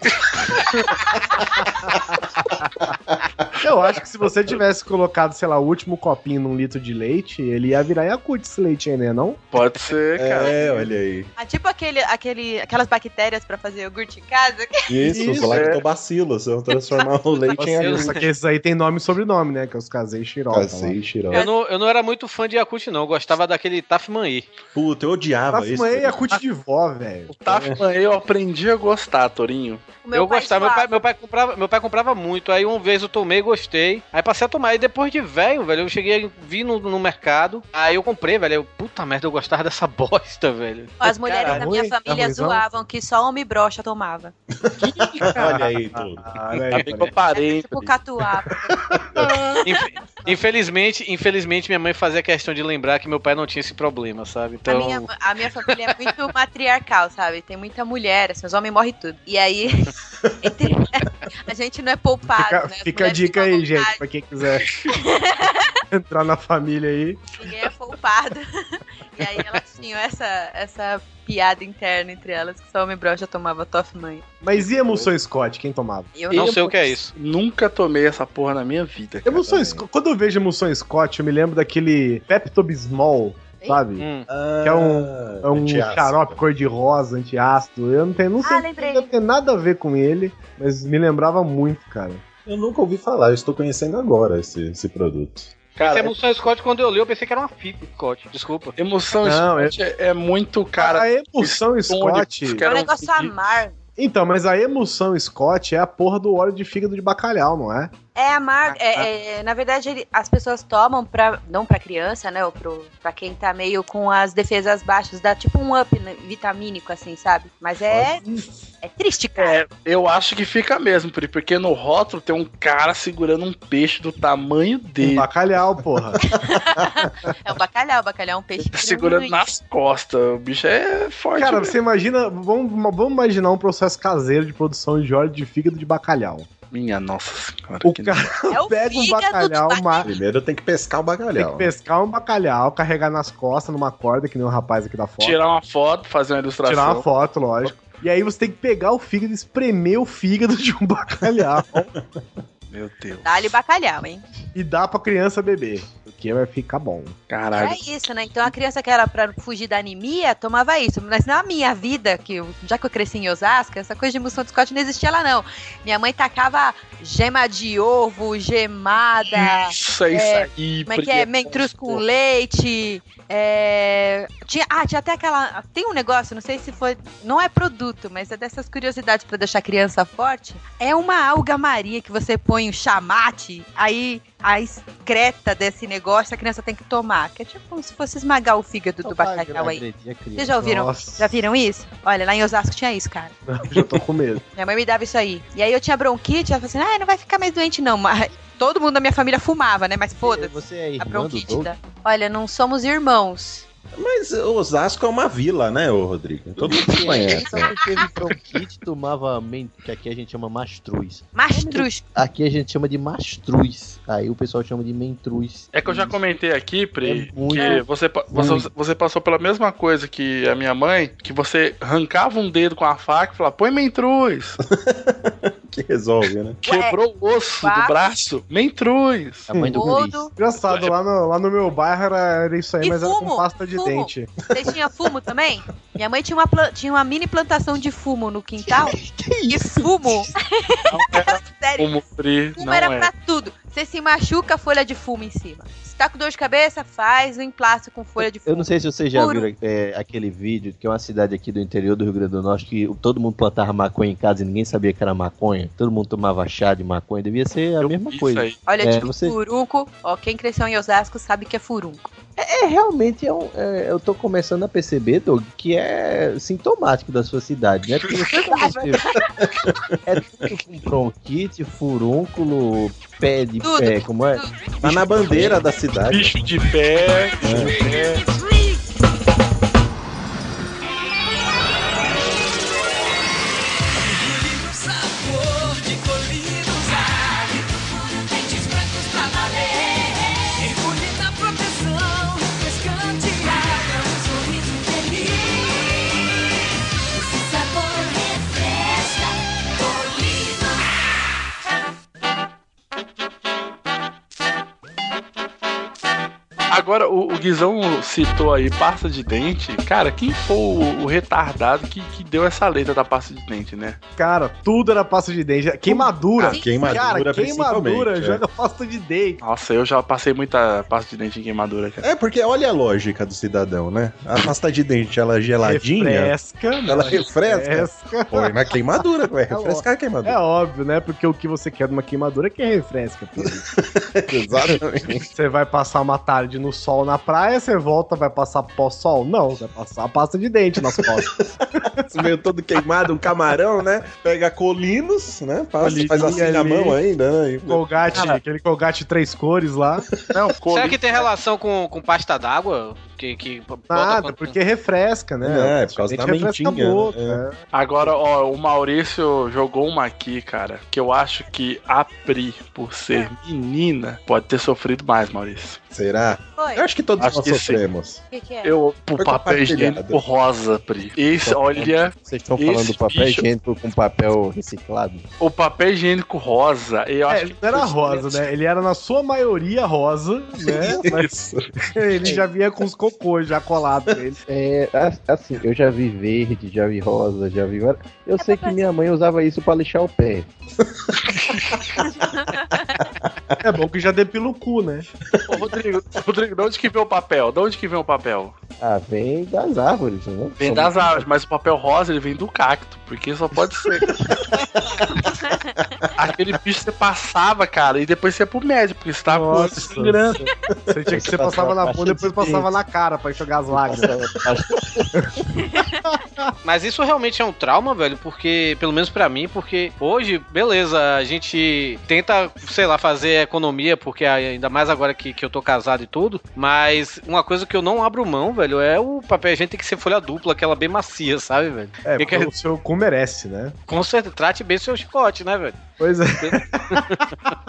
eu acho que se você tivesse colocado, sei lá, o último copinho num litro de leite, ele ia virar Yakut esse leite aí, né, não?
Pode ser, cara.
É, olha aí.
Ah, tipo aquele, aquele, aquelas bactérias para fazer iogurte em casa.
Isso, Isso lactobacilos, é. eu transformar o leite em
iogurte. Só que esses aí tem nome e sobrenome, né, que é os casei xirota.
Casei xirota.
Eu não, eu não era muito fã de Yakut, não. Eu gostava daquele taf Tafmanê.
Puta, eu odiava
Tafmanê isso. Tafmanê é cut de vó, velho. O
Tafmanê
É.
eu aprendi a gostar, Torinho.
Eu gostava, meu pai, meu pai, comprava, meu pai comprava muito. Aí uma vez eu tomei, gostei. Aí passei a tomar. E depois de velho, velho, eu cheguei, vi no, no mercado. Aí eu comprei, velho. Eu, puta merda, eu gostava dessa [laughs] bosta, velho.
As mulheres Caralho. da minha família Amor, zoavam que só homem broxa tomava.
[laughs]
Olha aí, tudo.
Ah,
É,
Ainda bem que eu parei.
Tipo catuaba.
infelizmente, infelizmente, minha mãe fazia questão de lembrar que meu pai não tinha esse problema problema, sabe? Então...
A minha, a, minha, família é muito matriarcal, sabe? Tem muita mulher, assim, os homens morrem tudo. E aí, [laughs] entre... a gente não é poupado,
fica,
né?
Fica a dica aí, vontade. gente, pra quem quiser [laughs] entrar na família aí.
Ninguém é poupado. [laughs] E aí elas tinham essa, essa piada interna entre elas, que só homem broxa tomava Toff Mãe.
Mas e emulsão Scott? Quem tomava?
Eu não, não sei o que é isso.
Nunca tomei essa porra na minha vida.
Cara, emulsão Scott, quando eu vejo emulsão Scott, eu me lembro daquele Pepto-Bismol sabe? Hum.
Ah,
Que é um, é um xarope cor-de-rosa, antiácido. Eu não tenho, não sei, ah, não tem nada a ver com ele, mas me lembrava muito, cara.
Eu nunca ouvi falar, eu estou conhecendo agora esse, esse produto.
Cara, Essa emoção é... Scott, quando eu li, eu pensei que era uma fita Scott. Desculpa.
Emoção não, Scott é... é muito, cara.
A emoção Scott.
É um negócio amargo.
Então, mas a emoção Scott é a porra do óleo de fígado de bacalhau, não é?
É amargo. É, é, na verdade, ele, as pessoas tomam pra. Não pra criança, né? Ou pro, pra quem tá meio com as defesas baixas. Dá tipo um up né, vitamínico, assim, sabe? Mas é. É triste, cara. É,
eu acho que fica mesmo, Pri, porque no rótulo tem um cara segurando um peixe do tamanho dele. Um
bacalhau, porra.
é um bacalhau, bacalhau é um peixe.
Tá segurando nas costas. O bicho é forte.
Cara, mesmo. você imagina. Vamos, vamos imaginar um processo caseiro de produção de óleo de fígado de bacalhau.
Minha nossa senhora.
O cara é pega um bacalhau. Uma...
Primeiro tem que pescar o bacalhau.
Tem que pescar um bacalhau, carregar nas costas, numa corda, que nem o um rapaz aqui da foto.
Tirar uma foto, fazer uma ilustração.
Tirar uma foto, lógico. E aí você tem que pegar o fígado e espremer o fígado [laughs] de um bacalhau.
Meu Deus.
Dá-lhe bacalhau, hein?
E dá pra criança beber, porque vai ficar bom.
Caralho.
É isso, né? Então a criança que era pra fugir da anemia tomava isso. Mas na minha vida, que eu, já que eu cresci em Osasco, essa coisa de emoção de Scott não existia lá, não. Minha mãe tacava gema de ovo, gemada.
Isso, é, isso aí.
Como ah, é que é? Mentruz com leite. É... Tinha, ah, tinha até aquela. Tem um negócio, não sei se foi. Não é produto, mas é dessas curiosidades para deixar a criança forte. É uma alga maria que você põe o chamate, aí a excreta desse negócio a criança tem que tomar. Que é tipo como se fosse esmagar o fígado do bacalhau aí. Vocês já ouviram? Nossa. Já viram isso? Olha, lá em Osasco tinha isso, cara.
Não, já tô com medo.
Minha mãe me dava isso aí. E aí eu tinha bronquite, ela falou assim: ah, não vai ficar mais doente, não. Mas todo mundo da minha família fumava, né? Mas foda-se. tá
Você é irmã a bronquite.
Da... Olha, não somos irmãos.
Mas Osasco é uma vila, né, ô Rodrigo? Todo mundo se conhece. né?
Só que teve bronquite, tomava que aqui a gente chama mastruz.
Mastruz.
Aqui a gente chama de mastruz. Aí o pessoal chama de mentruz.
É que eu já comentei aqui, Pri, é muito, que você, você, você, passou pela mesma coisa que a minha mãe, que você arrancava um dedo com a faca e falava, põe mentruz.
que resolve, né?
[laughs] Quebrou o osso Ué. do braço, mentruz.
A mãe do Todo.
Engraçado, lá no, lá no meu bairro era, era isso aí, e mas fumo? era com pasta de fumo. dente.
Você tinha fumo também? Minha mãe tinha uma, tinha uma mini plantação de fumo
[laughs]
no quintal. que isso? E fumo. Não era [laughs] Sério.
Fumo, Pri,
fumo era é. pra tudo. Você se machuca, folha de fumo em cima. Se tá com dor de cabeça, faz um emplasto com folha de fumo.
Eu não sei se vocês já Puro. viram é, aquele vídeo, que é uma cidade aqui do interior do Rio Grande do Norte, que todo mundo plantava maconha em casa e ninguém sabia que era maconha. Todo mundo tomava chá de maconha. Devia ser a Eu mesma coisa. Aí.
Olha, é, tipo, você... furunco. Ó, quem cresceu em Osasco sabe que é furunco.
É, é realmente, é, um, é eu tô começando a perceber, Doug, que é sintomático da sua cidade, né? Porque você é tudo com bronquite, furúnculo, pé de tudo, pé, como é? Tudo.
Tá na bandeira da cidade.
Bicho de pé, bicho é. de pé. Agora, o, o, Guizão citou aí pasta de dente. Cara, quem foi o, o retardado que, que, deu essa letra da pasta de dente, né?
Cara, tudo era pasta de dente. Queimadura. Ah,
queimadura,
cara, queimadura, é. joga pasta de dente.
Nossa, eu já passei muita pasta de dente em queimadura, cara.
É, porque olha a lógica do cidadão, né? A pasta de dente, ela é geladinha.
Refresca,
Ela refresca. refresca. Põe na queimadura, ué. Refrescar
é
a queimadura.
É óbvio, né? Porque o que você quer de uma queimadura é que refresca.
Exatamente.
Você vai passar uma tarde no sol na praia, você volta, vai passar pó-sol? Não, vai passar pasta de dente nas
[laughs]
costas.
meio todo queimado, um camarão, né? Pega colinos, né? Passa, Colininha faz assim ali. na mão ainda, né?
Colgate, Cara. aquele colgate três cores lá.
Não, colino, Será que tem relação com, com pasta d'água? Que, que
Nada, quando... porque refresca, né?
É, por causa da mentinha. Boca, é. Né?
Agora, ó, o Maurício jogou uma aqui, cara, que eu acho que a Pri, por ser é. menina, pode ter sofrido mais, Maurício.
Será? Foi. Eu acho que todos acho nós que sofremos.
Que que é? Eu, por Foi papel higiênico rosa, Pri. Esse, olha...
Vocês estão falando do papel bicho... higiênico com papel reciclado?
O papel higiênico rosa, eu acho é, que...
Não era rosa, né? Ele era, na sua maioria, rosa,
[laughs]
né? Mas ele já vinha com os cocô já colado nele.
É, assim, eu já vi verde, já vi rosa, já vi. Eu sei que minha mãe usava isso para lixar o pé.
É bom que já depila o cu, né?
Ô, Rodrigo, Rodrigo, de onde que vem o papel? De onde que vem o papel?
Ah, vem das árvores, né?
Vem
Como-
das árvores, mas o papel rosa ele vem do cacto, porque só pode [laughs] ser. Aquele bicho você passava, cara, e depois você ia pro médico, porque você tava com
Nossa.
sangrando.
Você tinha que você passava na bunda e depois passava na cara pra enxugar as lágrimas.
Mas isso realmente é um trauma, velho, porque, pelo menos pra mim, porque hoje, beleza, a gente tenta, sei lá, fazer economia, porque ainda mais agora que, que eu tô casado e tudo, mas uma coisa que eu não abro mão, velho, é o papel a gente tem que ser folha dupla, aquela bem macia, sabe, velho?
É,
Tem
porque
que-
o seu cu merece, né?
Com certeza, trate bem seu chicote, né, velho?
Pois é.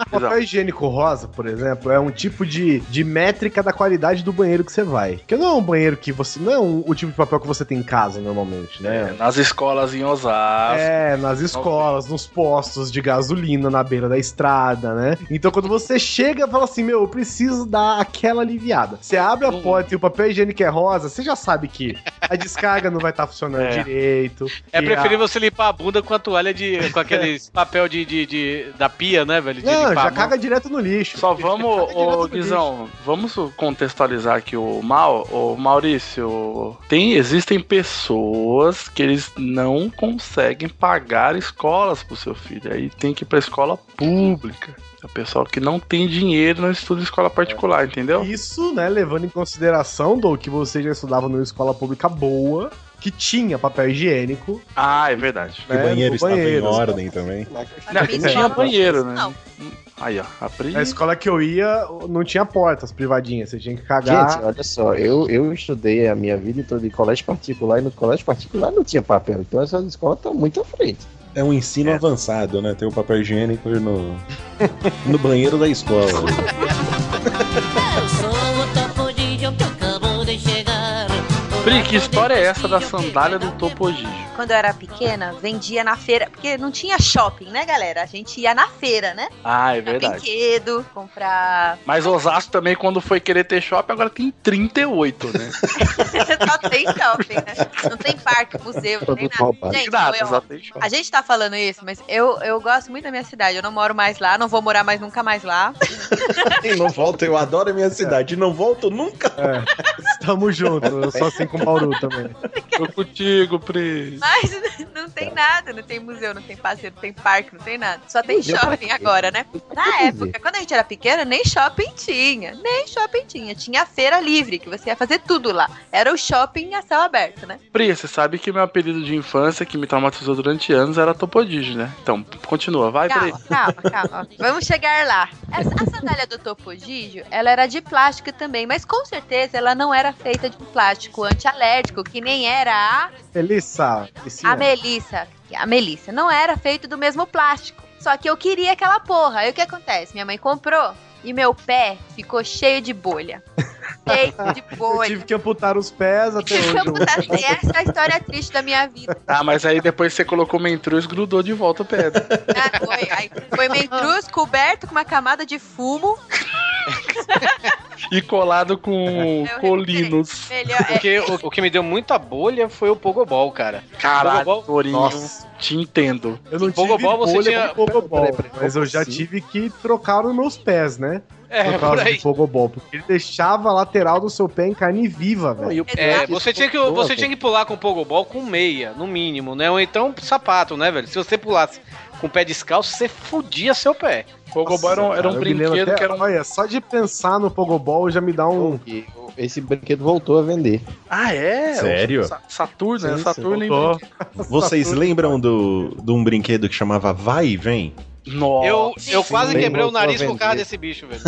O [laughs] papel higiênico rosa, por exemplo, é um tipo de, de métrica da qualidade do banheiro que você vai. Que não é um banheiro que você. Não é um- o tipo de papel que você tem em casa normalmente,
É.
né?
É, Nas escolas em Osasco.
É, nas escolas, nos postos de gasolina na beira da estrada, né? Então quando você chega, fala assim: Meu, eu preciso dar aquela aliviada. Você abre a porta e o papel higiênico é rosa, você já sabe que a descarga não vai estar funcionando
É.
direito.
É
que a- É.
preferível você limpar a bunda com a toalha de.
[laughs]
com aqueles papel de, de, de- da pia, né, velho? De
Não,
limpar
já
a mão.
caga direto no lixo.
Só vamos, ô,
direto no
Guizão, vamos contextualizar aqui o mal, ô Maurício. Tem, existem pessoas que eles não conseguem pagar escolas pro seu filho. Aí tem que ir pra escola pública. É o pessoal que não tem dinheiro não estuda em escola particular, entendeu?
Então?
Isso, né, levando em consideração, Doug, que você já estudava numa escola pública boa, que tinha papel higiênico.
Ah, é verdade.
Que né? banheiro
no
estava em
ordem também.
Não, que
Não.
tinha banheiro, né?
Não.
Aí, ó, abri.
Na escola que eu ia, não tinha portas privadinhas, você tinha que cagar.
Gente, olha só, eu, eu estudei a minha vida toda em colégio particular e no colégio particular não tinha papel, então essas escolas estão muito à frente.
É um ensino avançado, né? Tem o papel higiênico no, no banheiro da escola.
Eu sou o topo de que acabou de chegar.
Pri, que história é essa da sandália do Topo Gigi?
Quando eu era pequena, vendia na feira, porque não tinha shopping, né, galera? A gente ia na feira, né?
Ah, é
Comprar
verdade.
brinquedo, comprar. [laughs]
Mas Osasco também, quando foi querer ter shopping, agora tem 38, né?
Só tem shopping, né? Não tem parque, museu, não tem
Produto
nada.
roubado.
Gente,
Nada,
eu-
só tem shopping.
a gente tá falando isso, mas eu, eu gosto muito da minha cidade. Eu não moro mais lá, não vou morar mais nunca mais lá.
E não volto, [laughs] eu adoro a minha cidade. E não volto nunca.
Tamo junto, eu sou assim com o Bauru também.
Tô contigo, Pri.
Mas [laughs] não tem nada, não tem museu, não tem passeio, não tem parque, não tem nada. Só tem
Museu pra
shopping
quê?
agora, né? Na época, quando a gente era pequena, nem shopping tinha. Nem shopping tinha. Tinha a feira livre, que você ia fazer tudo lá. Era o shopping a céu aberto, né?
Pri, você sabe que meu apelido de infância, que me traumatizou durante anos, era Topodígio, né? Então, continua, vai, Pri.
Calma, calma, calma. Vamos chegar lá. Essa- a sandália do Topo Gigio, ela era de plástico também, mas com certeza ela não era feita de um plástico antialérgico, que nem era a
Melissa, esse
A
ano.
Melissa, a Melissa, não era feito do mesmo plástico. Só que eu queria aquela porra. Aí o que acontece? Minha mãe comprou e meu pé ficou cheio de
[laughs]
bolha. Cheio de
eu
bolha.
tive que amputar os pés até hoje. eu-
E essa é a história triste da minha vida.
Ah, mas aí depois você colocou mentruz e grudou de volta o pedra.
Ah, foi, aí foi mentruz coberto com uma camada de fumo.
E colado com
Eu
colinos.
Melhor é.
Porque o, o que me deu muita bolha foi o Pogobol, cara.
Caralho,
Pogobol-
Torinho.
Nossa.
Te entendo.
Eu não tive
Pogobol, você
bolha
tinha-
com Pogobol,
Peraí, peraí,
mas eu já tive que trocar os meus pés, né?
É,
por
por
causa
aí.
do Pogobol, porque ele deixava a lateral do seu pé em carne viva, velho.
É, você tinha, que, você tinha que pular com o Pogobol com meia, no mínimo, né? Ou então sapato, né, velho? Se você pulasse com o pé descalço, você fudia seu pé.
Pogobol era um- era um
Eu me lembro
brinquedo
até-
que era um-
Olha, só de pensar no Pogobol já me dá um...
Esse brinquedo voltou a vender.
Ah, é?
Sério?
Sa- Saturno, né?
Sim,
Saturno
sim.
em
Voltou.
brinquedo.
Vocês lembram do, de um brinquedo que chamava Vai e Vem?
Nossa.
Eu, eu quase
Bem
quebrei o
voltou a
nariz por causa
vender.
desse bicho, velho.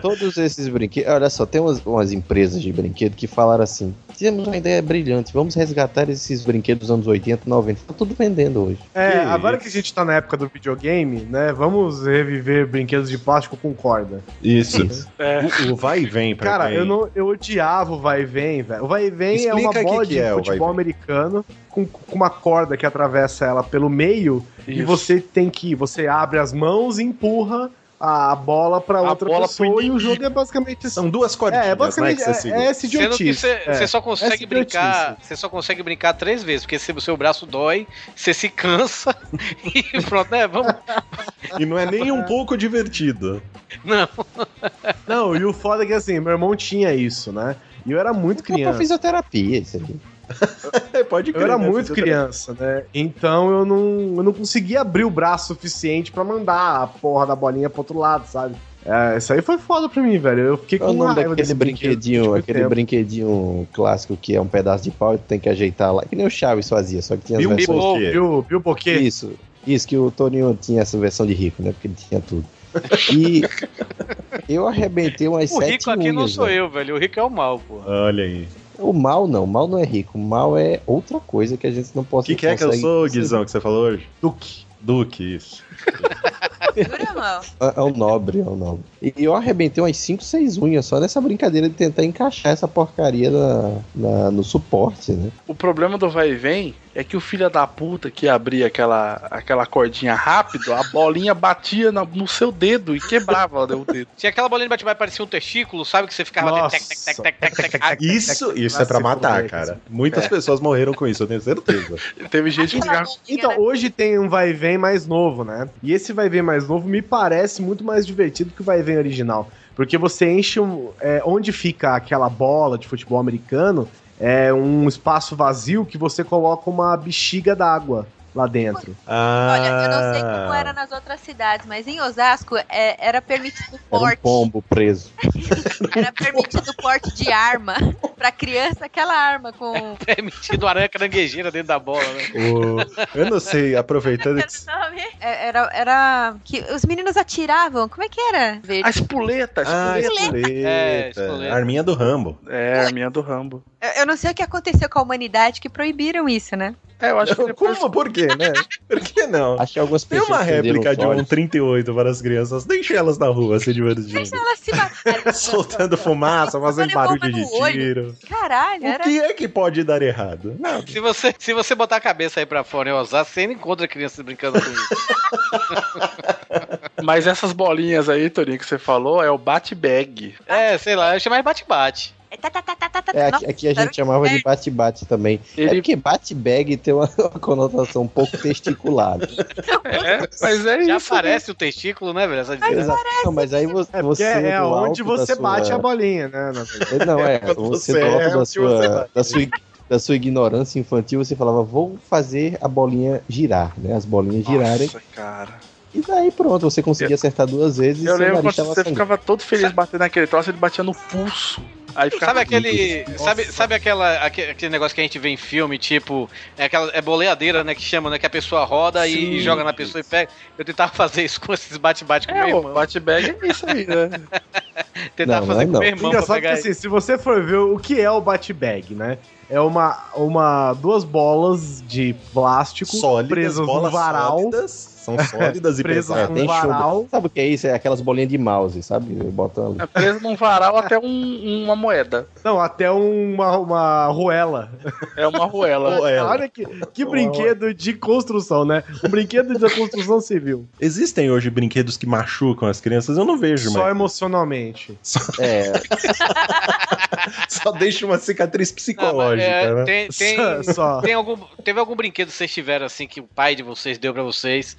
Todos esses brinquedos. Olha só, tem umas, umas empresas de brinquedo que falaram assim: tivemos uma ideia brilhante, vamos resgatar esses brinquedos dos anos 80, 90. Tá tudo vendendo hoje.
É, agora que a gente tá na época do videogame, né? Vamos reviver brinquedos de plástico com corda.
Isso. O, o Vai e Vem, pra
É. Cara,
quem-
eu, não, eu odiava o vai e vem, velho. O vai e vem é uma
Explica o que
bola
que
de
é o
futebol
vai e
americano com, com uma corda que atravessa ela pelo meio e
Isso.
você tem que. Você abre as mãos e empurra a bola pra
A
outra
bola pro
pessoa e o
inimigo.
jogo é basicamente
São duas cordinhas,
É, é
né,
basicamente
que você
é,
segura.
é esse
Sendo que
idiotice.
você
é.
você só
Essa
consegue
idiotice.
brincar, você só consegue brincar três vezes, porque se o seu braço dói, você se cansa [laughs] e pronto, né? Vamos.
E não é nem um pouco divertido.
Não.
Não, e o foda é que assim, meu irmão tinha isso, né? E eu era muito criança.
pra fisioterapia, isso aí.
É, Pode
Eu era muito criança, né? Então eu não, eu não conseguia abrir o braço suficiente pra mandar a porra da bolinha pro outro lado, sabe? É, isso aí foi foda pra mim, velho. Eu fiquei
Qual é
com
o nome
raiva
daquele
desse
brinquedinho,
brinquedo, tipo,
aquele
tempo.
brinquedinho clássico que é um pedaço de pau e tu tem que ajeitar lá, que nem o Chaves fazia, só que tinha as versões. Isso, isso que o Toninho tinha essa versão de rico, né? Porque ele tinha tudo. E eu arrebentei umas
O
sete
rico aqui não
unhas,
sou
velho.
eu, velho. O rico é o mal, pô.
Olha aí.
O mal não, o mal não é rico, o mal é outra coisa que a gente não
O
pode
que, que é que eu sou, Guizão, que você falou hoje?
Duque.
Duque, isso.
É é um nobre, é um nobre. E eu arrebentei umas 5, 6 unhas só nessa brincadeira de tentar encaixar essa porcaria na, na- no suporte, né?
O problema do vai e vem é que o filho da puta que abria aquela, aquela cordinha rápido, a bolinha batia na- no seu dedo e quebrava né, o dedo.
Tinha aquela bolinha de bate-bate que parecia um testículo, sabe? Que você ficava batendo tec, tec, tec, tec, tec, tec. [laughs] Ah,
[laughs]
Isso, isso é pra matar, cara. Muitas
É.
pessoas morreram com isso, eu
[laughs]
tenho certeza.
Teve gente
Então,
né?
então, hoje tem um vai e vem mais novo, né? E esse vai e vem mais novo me parece muito mais divertido que o vai e vem original. Porque você enche um, é, onde fica aquela bola de futebol americano, é um espaço vazio que você coloca uma bexiga d'água lá dentro.
Ah,
Olha, eu não sei como
Ah.
era nas outras cidades, mas em Osasco é- era permitido
Era um
porte,
pombo preso.
[laughs] era permitido porte de arma [laughs] pra criança, aquela arma com
[laughs]
É metido aranha caranguejeira dentro da bola, né?
O- Eu não sei, aproveitando que
É, Era, era que os meninos atiravam. Como é que era?
A espoleta, a
Ah,
espoleta.
espoleta.
É,
É,
Arminha do Rambo.
É, arminha do Rambo.
Eu, eu não sei o que aconteceu com a humanidade que proibiram isso, né?
É, eu acho que
Como? Por quê, né? Por que não?
Acho que algumas
Tem uma
pessoas perderam
réplica
os
de um
olhos.
38 para as crianças. Deixa elas na rua se divertindo.
Deixa ela se
[laughs]
matar.
Soltando fumaça, fazendo barulho de tiro.
Caralho,
O
era.
que é que pode dar errado?
Se você, se você botar a cabeça aí pra fora e usar, você ainda encontra crianças brincando
[laughs]
com isso.
Mas essas bolinhas aí, Torinho, que você falou, é o bate-bag.
É, sei lá, eu chamo mais bate-bate.
tá,
É, aqui, aqui a gente chamava de bate-bate também. É porque bate-bag tem uma, [laughs] uma conotação um pouco testicular.
É,
mas é
Já aparece o testículo, né, velho? Essa diferença.
Exato. Não, mas aí vo- você.
é
do
onde
alto da
você bate
sua-
a bolinha, [laughs] né? na
É,
verdade.
Não, é.
Quando
Você,
você
do
erra,
alto
é o
da,
que você
sua,
bate.
da, sua, da sua ignorância infantil, você falava, vou fazer a bolinha girar, né? As bolinhas girarem.
cara.
E daí pronto, você conseguia acertar duas vezes e
Eu
seu
lembro
nariz
quando
tava assim.
você
sangrando.
ficava todo feliz batendo naquele troço, ele batia no pulso. Aí ficava
Sabe aquele. Sabe, sabe aquela, aque- aquele, negócio que a gente vê em filme, tipo. É aquela é boleadeira, né? Que chama, né? Que a pessoa roda
Sim.
e joga na pessoa e pega. Eu tentava [laughs] fazer isso com esses bate-bate com
É,
meu
o
irmão.
bate-bag é isso aí, né?
Tentar
Não, não,
fazer
é
com
não.
meu irmão pra
Engraçado que
pegar
assim, se você for ver o que é o bat-bag, né? É uma, uma duas bolas de plástico
Sólidas,
presas no
bolas
varal.
sólidas, [laughs] são sólidas e
presas
pesadas.
no
Tem chumbo.
varal.
Sabe o que é isso? É aquelas bolinhas de mouse, sabe? Bota ali.
É preso num varal até um- uma moeda.
Não, até uma, uma ruela.
É uma ruela.
Olha que, que brinquedo de construção, né? Um brinquedo de construção civil.
Existem hoje brinquedos que machucam as crianças? Eu não vejo,
Só
mais.
emocionalmente.
É.
Só deixa uma cicatriz psicológica,
É,
né?
tem, tem,
[laughs] Só.
tem algum, teve algum brinquedo que vocês tiveram assim que o pai de vocês deu pra vocês?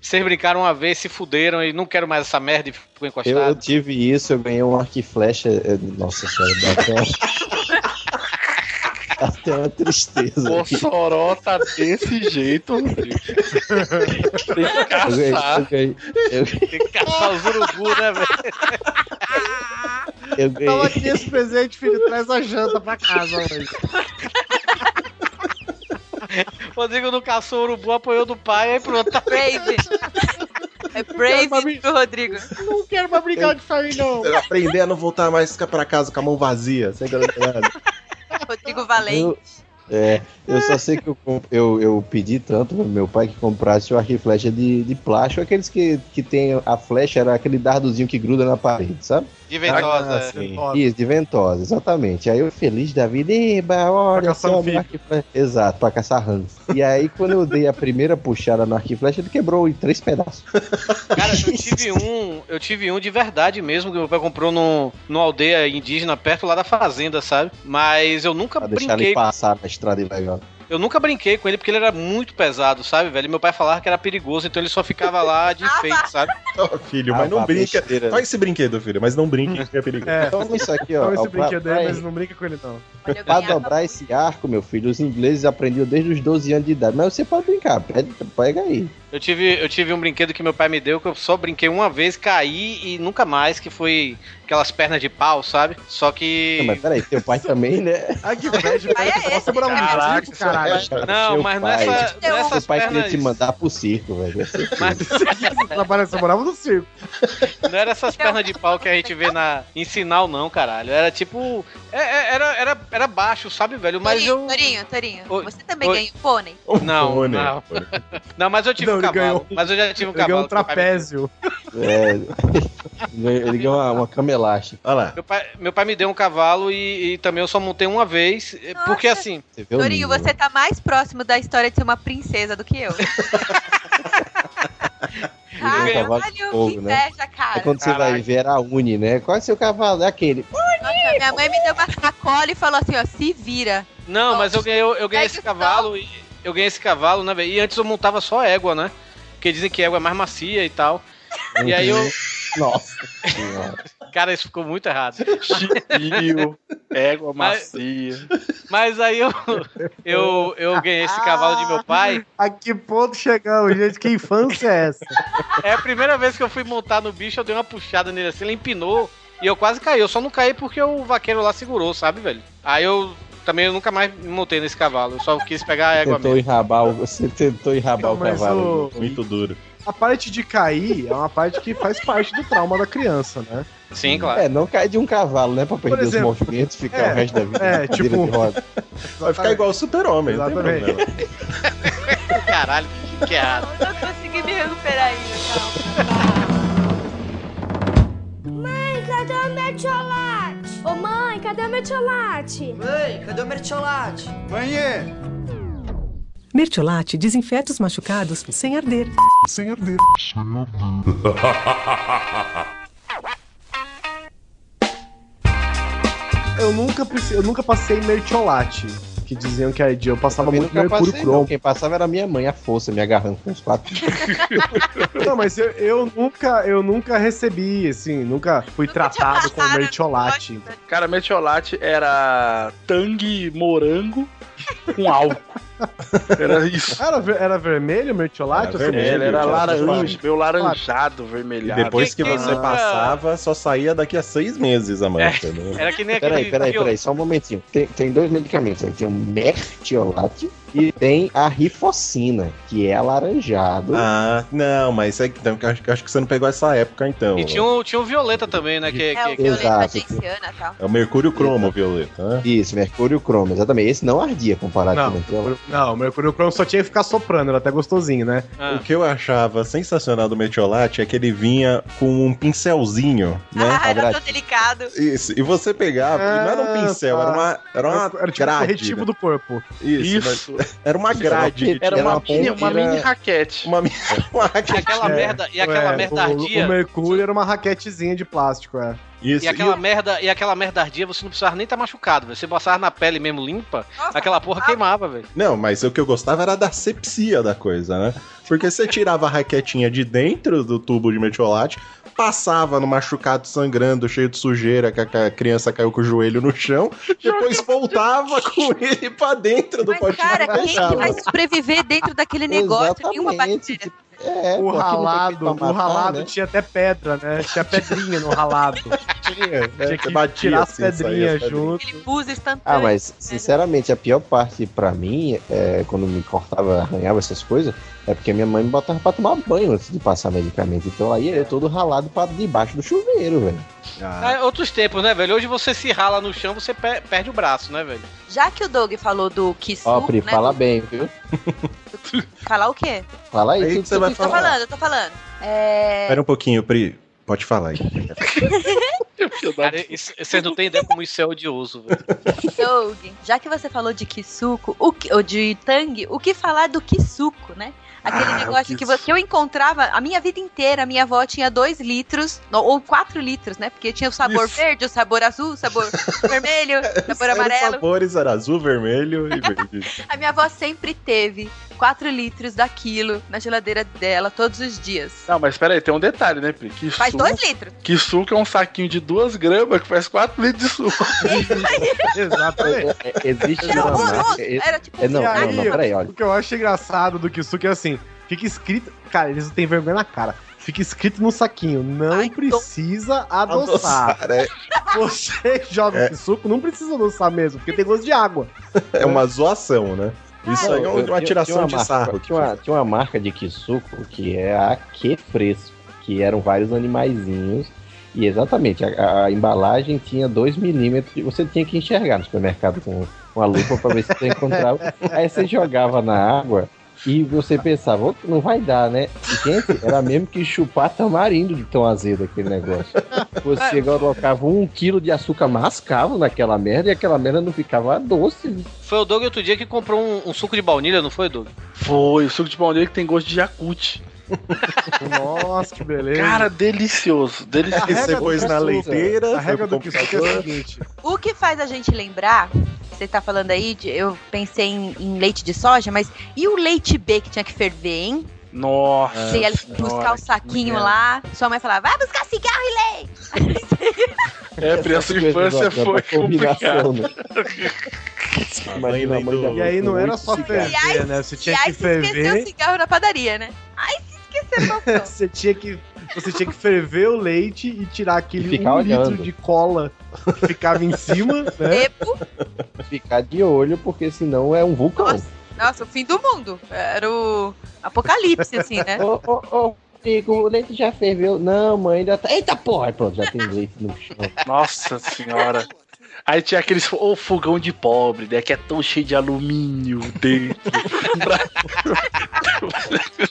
Vocês brincaram uma vez, se fuderam e não quero mais essa merda e ficou
Eu, eu
encostado.
tive isso, eu ganhei um arco e flecha. é, Nossa senhora, dá até uma... até uma tristeza.
O
é.
aqui.
Soró tá desse jeito, Rodrigo. Tem que
Eu ganhei- eu
caçar.
ganhei- eu-
Tem que caçar os urubu, né, velho?
eu
Toma
ganhei-
aqui esse presente, filho, traz a janta pra casa hoje.
O Rodrigo não caçou urubu, apanhou do pai, aí pronto, tá
[laughs]
um Brave. É Brave do Rodrigo.
Não quero mais brincar disso aí, não.
Aprender a não voltar mais pra casa com a mão vazia, sem nada.
Rodrigo Valente.
Eu, é, eu só sei que eu, comp- eu, eu pedi tanto pro meu pai que comprasse o arco e flecha de, de plástico, aqueles que, que tem a flecha, era aquele dardozinho que gruda na parede, sabe?
De
Tá
ventosa.
Ah,
assim.
sim. Isso, de ventosa, exatamente. Aí eu feliz da vida, eba, olha
um
só, meu arco e flecha. Exato, pra caçar ranço. E aí, quando eu dei a primeira puxada no arco e flecha, ele quebrou em três pedaços.
Cara, eu tive um, eu tive um de verdade mesmo, que meu pai comprou num, numa aldeia indígena perto lá da fazenda, sabe? Mas eu nunca
Pra deixar ele
Então brinquei.
passar na estrada ilegal.
Eu nunca brinquei com ele porque ele era muito pesado, sabe, velho? E meu pai falava que era perigoso, então ele só ficava lá de enfeite, sabe?
Ó, filho,
Ah,
mas não brinca. Faz esse brinquedo, filho, mas não brinque, que é perigoso.
É.
Toma isso aqui, ó.
Toma
ó,
esse
pra-
brinquedo
pra-
aí, mas não brinca com ele, não.
Pra dobrar esse arco, meu filho, os ingleses aprendiam desde os 12 anos de idade. Mas você pode brincar, pega, pega aí.
Eu tive, eu tive um brinquedo que meu pai me deu que eu só brinquei uma vez, caí e nunca mais, que foi aquelas pernas de pau, sabe? Só que.
Não, mas peraí, teu pai também, né?
Ai, que inveja,
Aí é esse,
cara. Caralho.
Ah, Não, é
Seu
mas
pai-
nessa,
Seu
nessas
pai queria
pernas.
te mandar pro circo, velho.
Trabalha, você morava no circo.
[laughs] Não era essas pernas de pau que a gente vê na, em sinal, não, caralho. Era tipo. é- é- Era, era, era baixo, sabe, velho? Mas
Torinho,
eu.
Torinho, Torinho,
Oi,
você também
oi.
ganhou pônei?
Um
Não,
Pônei,
não. Não, mas eu tive
Não,
um
ele
cavalo.
ganhou-
Mas eu já tive um
Ele ganhou
cavalo.
um trapézio.
É, ele ganhou uma, uma cama elástica.
Olha lá.
Meu pai, meu pai me deu um cavalo e, e também eu só montei uma vez. eh, Porque assim.
Você vê o nível.
Torinho,
né?
você tá mais próximo da história de ser uma princesa do que eu. [laughs]
Ele ganhou um cavalo de fogo,
que
né?
inveja,
Aí
cara.
quando você vai ver, era a Uni, né? Qual é o seu cavalo? É aquele.
Nossa, minha mãe me deu uma sacola e falou assim, ó, se vira.
Não, mas eu ganhei, eu ganhei
É
esse
que
cavalo. E, eu ganhei esse cavalo, né, velho? E antes eu montava só égua, né? Porque dizem que égua é mais macia e tal. E aí eu.
Nossa senhora.
[laughs] Cara, isso ficou muito errado.
Chiquinho, égua
Mas-
macia.
Mas aí eu, eu, eu ganhei esse cavalo de meu pai.
A que ponto chegamos, gente? Que infância é essa?
É a primeira vez que eu fui montar no bicho, eu dei uma puxada nele assim, ele empinou e eu quase caí. Eu só não caí porque o vaqueiro lá segurou, sabe, velho? Aí eu também eu nunca mais me montei nesse cavalo, eu só quis pegar a égua
Tentou
mesmo.
enrabar o, você tentou enrabar
Não,
o
mas
cavalo.
o-
Muito duro.
A parte de cair é uma parte que faz parte do trauma da criança, né?
Sim, claro.
É, não cai de um cavalo, né? Pra perder
exemplo.
os movimentos e ficar
É,
o resto da vida
é,
na cadeira
tipo-
de roda.
Vai ficar igual o super-homem, não tem
Exatamente.
problema.
Caralho, que, é que errado.
Eu não consegui me recuperar ainda, calma.
Mãe, cadê o meu chocolate? Ô mãe, cadê o meu chocolate? Mãe, cadê o meu chocolate?
Mãe,
Mertiolate desinfeta os machucados sem arder. Sem arder.
Eu nunca, preci- eu nunca passei mertiolate, que diziam que era de... Eu passava
Também
muito
nunca
mercúrio
passei, não.
cromo.
Quem passava era minha mãe, a força, me agarrando com os quatro.
[laughs] Não, mas eu, eu nunca, eu nunca recebi, assim, nunca fui tratado com mertiolate.
Cara, metiolate era tangue morango com álcool. Era isso.
Era, ver- era vermelho o mertiolate?
Era vermelho,
Ele era
tinha
laranja,
chocolate.
meio laranjado, vermelhado.
E depois que, você
Ah.
passava, só saía daqui a seis meses a mancha, né?
Era que nem aquele.
Peraí, peraí,
que eu-
peraí, só um momentinho. Tem, tem dois medicamentos
né?
aí. Tem o mertiolate e tem a rifocina, que é alaranjado.
Ah, não, mas é, que- então, acho, acho que você não pegou essa época, então.
E tinha um, tinha um violeta também, né? Que,
É,
que-
o violeta
Exato.
agenciana tá? e tal.
É o mercúrio cromo, Violeta. né?
Isso, mercúrio cromo, exatamente. Esse não ardia comparado
Não,
com o mertiolate.
Não, o mercúrio cromo só tinha que ficar soprando, era até gostosinho, né?
Ah.
O que eu achava sensacional do Metiolate é que ele vinha com um pincelzinho, né?
Ah, era tão delicado.
Isso, e você pegava, e não era um pincel, era uma, era uma
Era tipo um
grade. né?
corretivo do corpo.
Isso,
Isso.
mas era uma grade.
Era uma, mini, uma mini raquete.
raquete. né? Uma, mi- [laughs] uma raquete.
Aquela merda, e aquela
É,
merda
o-
ardia.
O mercúrio era uma raquetezinha de plástico, é.
Isso,
E aquela merda, e aquela merda ardia, você não precisava nem estar machucado, velho. Você passava na pele mesmo limpa, aquela porra queimava, velho.
Não, mas o que eu gostava era da sepsia da coisa, né? Porque você tirava a raquetinha de dentro do tubo de metiolate, passava no machucado sangrando, cheio de sujeira, que a que a criança caiu com o joelho no chão, depois voltava com ele pra dentro do
Mas,
potinho
cara,
e
quem que
fechava.
vai sobreviver dentro daquele negócio? Nenhuma bactéria.
É,
o
pô, aquilo tem
ralado,
que pra matar,
o ralado
né?
tinha até pedra, né? Tinha pedrinha no ralado.
tinha,
tinha
né?
que
Você batia
tirar as
assim, saía as
pedrinhas
pedrinhas.
junto.
Fuso instantâneo.
Ah, mas, sinceramente, a pior parte pra mim, é, quando me cortava, arranhava essas coisas, é porque minha mãe me botava pra tomar banho antes de passar medicamento. Então aí eu todo ralado pra debaixo do chuveiro, velho.
É, outros tempos, né, velho? Hoje você se rala no chão, você pe- perde o braço, né, velho?
Já que o Doug falou do Kisu,
Ó, Pri,
né?
fala bem, viu?
Falar o quê?
Fala aí, o que você tá vai
Eu tô
"Ah,
falando, eu tô falando. É... Tá
Pera um pouquinho, Pri. Pode falar aí.
Cara, isso- vocês não têm ideia como isso é odioso, velho.
Doug, já que você falou de kisuko, o que, ou de tang, o que falar do kisuko, né? Aquele
Ah, o
negócio que, vo- que eu encontrava a minha vida inteira, minha avó tinha dois litros, no- ou quatro litros, né? Porque tinha o sabor verde, o sabor azul, o sabor vermelho, o sabor
Era
amarelo.
sabores era azul, vermelho e verde.
A minha avó sempre teve 4 litros daquilo na geladeira dela todos os dias.
Não, mas peraí, tem um detalhe, né, Pri? Que
Faz
suco-
2 litros.
Que suco é um saquinho de 2 gramas que faz 4 litros de suco.
Exatamente.
É, Existe uma marca.
Era tipo.
É, não,
E
não, não, peraí, olha.
O que eu acho engraçado do Kisuke é assim: fica escrito. Cara, eles não têm vergonha na cara. Fica escrito no saquinho, não precisa adoçar.
Adoçar, é.
Você [laughs] joga
É.
o Kisuko, não precisa adoçar mesmo, porque tem gosto de água.
É uma zoação, né? Isso aí
Eu-
é
eu-
uma
tinha
tiração
uma
de
marca-
sarro.
Tinha uma, tinha uma marca de Kisuko que é a Que Fresco, que eram vários animaizinhos. E exatamente, a, a embalagem tinha 2 milímetros e você tinha que enxergar no supermercado com uma lupa para ver se você encontrava. Aí você jogava na água e você pensava, "Ô, não vai dar, né? Gente, era mesmo que chupar tamarindo de tão azedo aquele negócio. [laughs] Você colocava um quilo de açúcar mascavo naquela merda e aquela merda não ficava doce.
Foi o Doug outro dia que comprou um, um suco de baunilha, não foi, Doug?
Foi, o suco de baunilha que tem gosto de Yakut.
Nossa, que beleza.
Cara, delicioso,
Aí você
delicioso.
pôs na leiteira,
é A regra
foi
do
pro
Kisuke é a
computador.
seguinte:
O que faz a gente lembrar, você tá falando aí, de- eu pensei em, em leite de soja, mas e o leite B que tinha que ferver, hein?
Ah,
Nossa.
Você ia buscar o saquinho lá, sua mãe falava, vai buscar cigarro e leite!
É, Pri, a sua infância foi complicada.
né? Mãe
Imagina a mãe da-
E aí não era só
Muito
ferver, né? Você tinha
e
que
aí você esqueceu assim, o
ferver. É?
cigarro na padaria, né?
[laughs] Você tinha que. Você tinha que ferver o leite e tirar aquele
E ficar
um
olhando.
litro de cola que ficava em
[laughs]
cima, né?
Ficar de olho, porque senão é um vulcão.
Nossa, o fim do mundo. Era o apocalipse, assim,
[laughs]
né?
Ô, ô, ô, Rodrigo, o leite já ferveu. Não, mãe, ainda tá. Eita porra! Aí Pronto, já tem leite no chão.
Nossa senhora. Aí tinha aqueles o fogão de pobre, né? Que é tão cheio de alumínio dentro. [laughs] pra,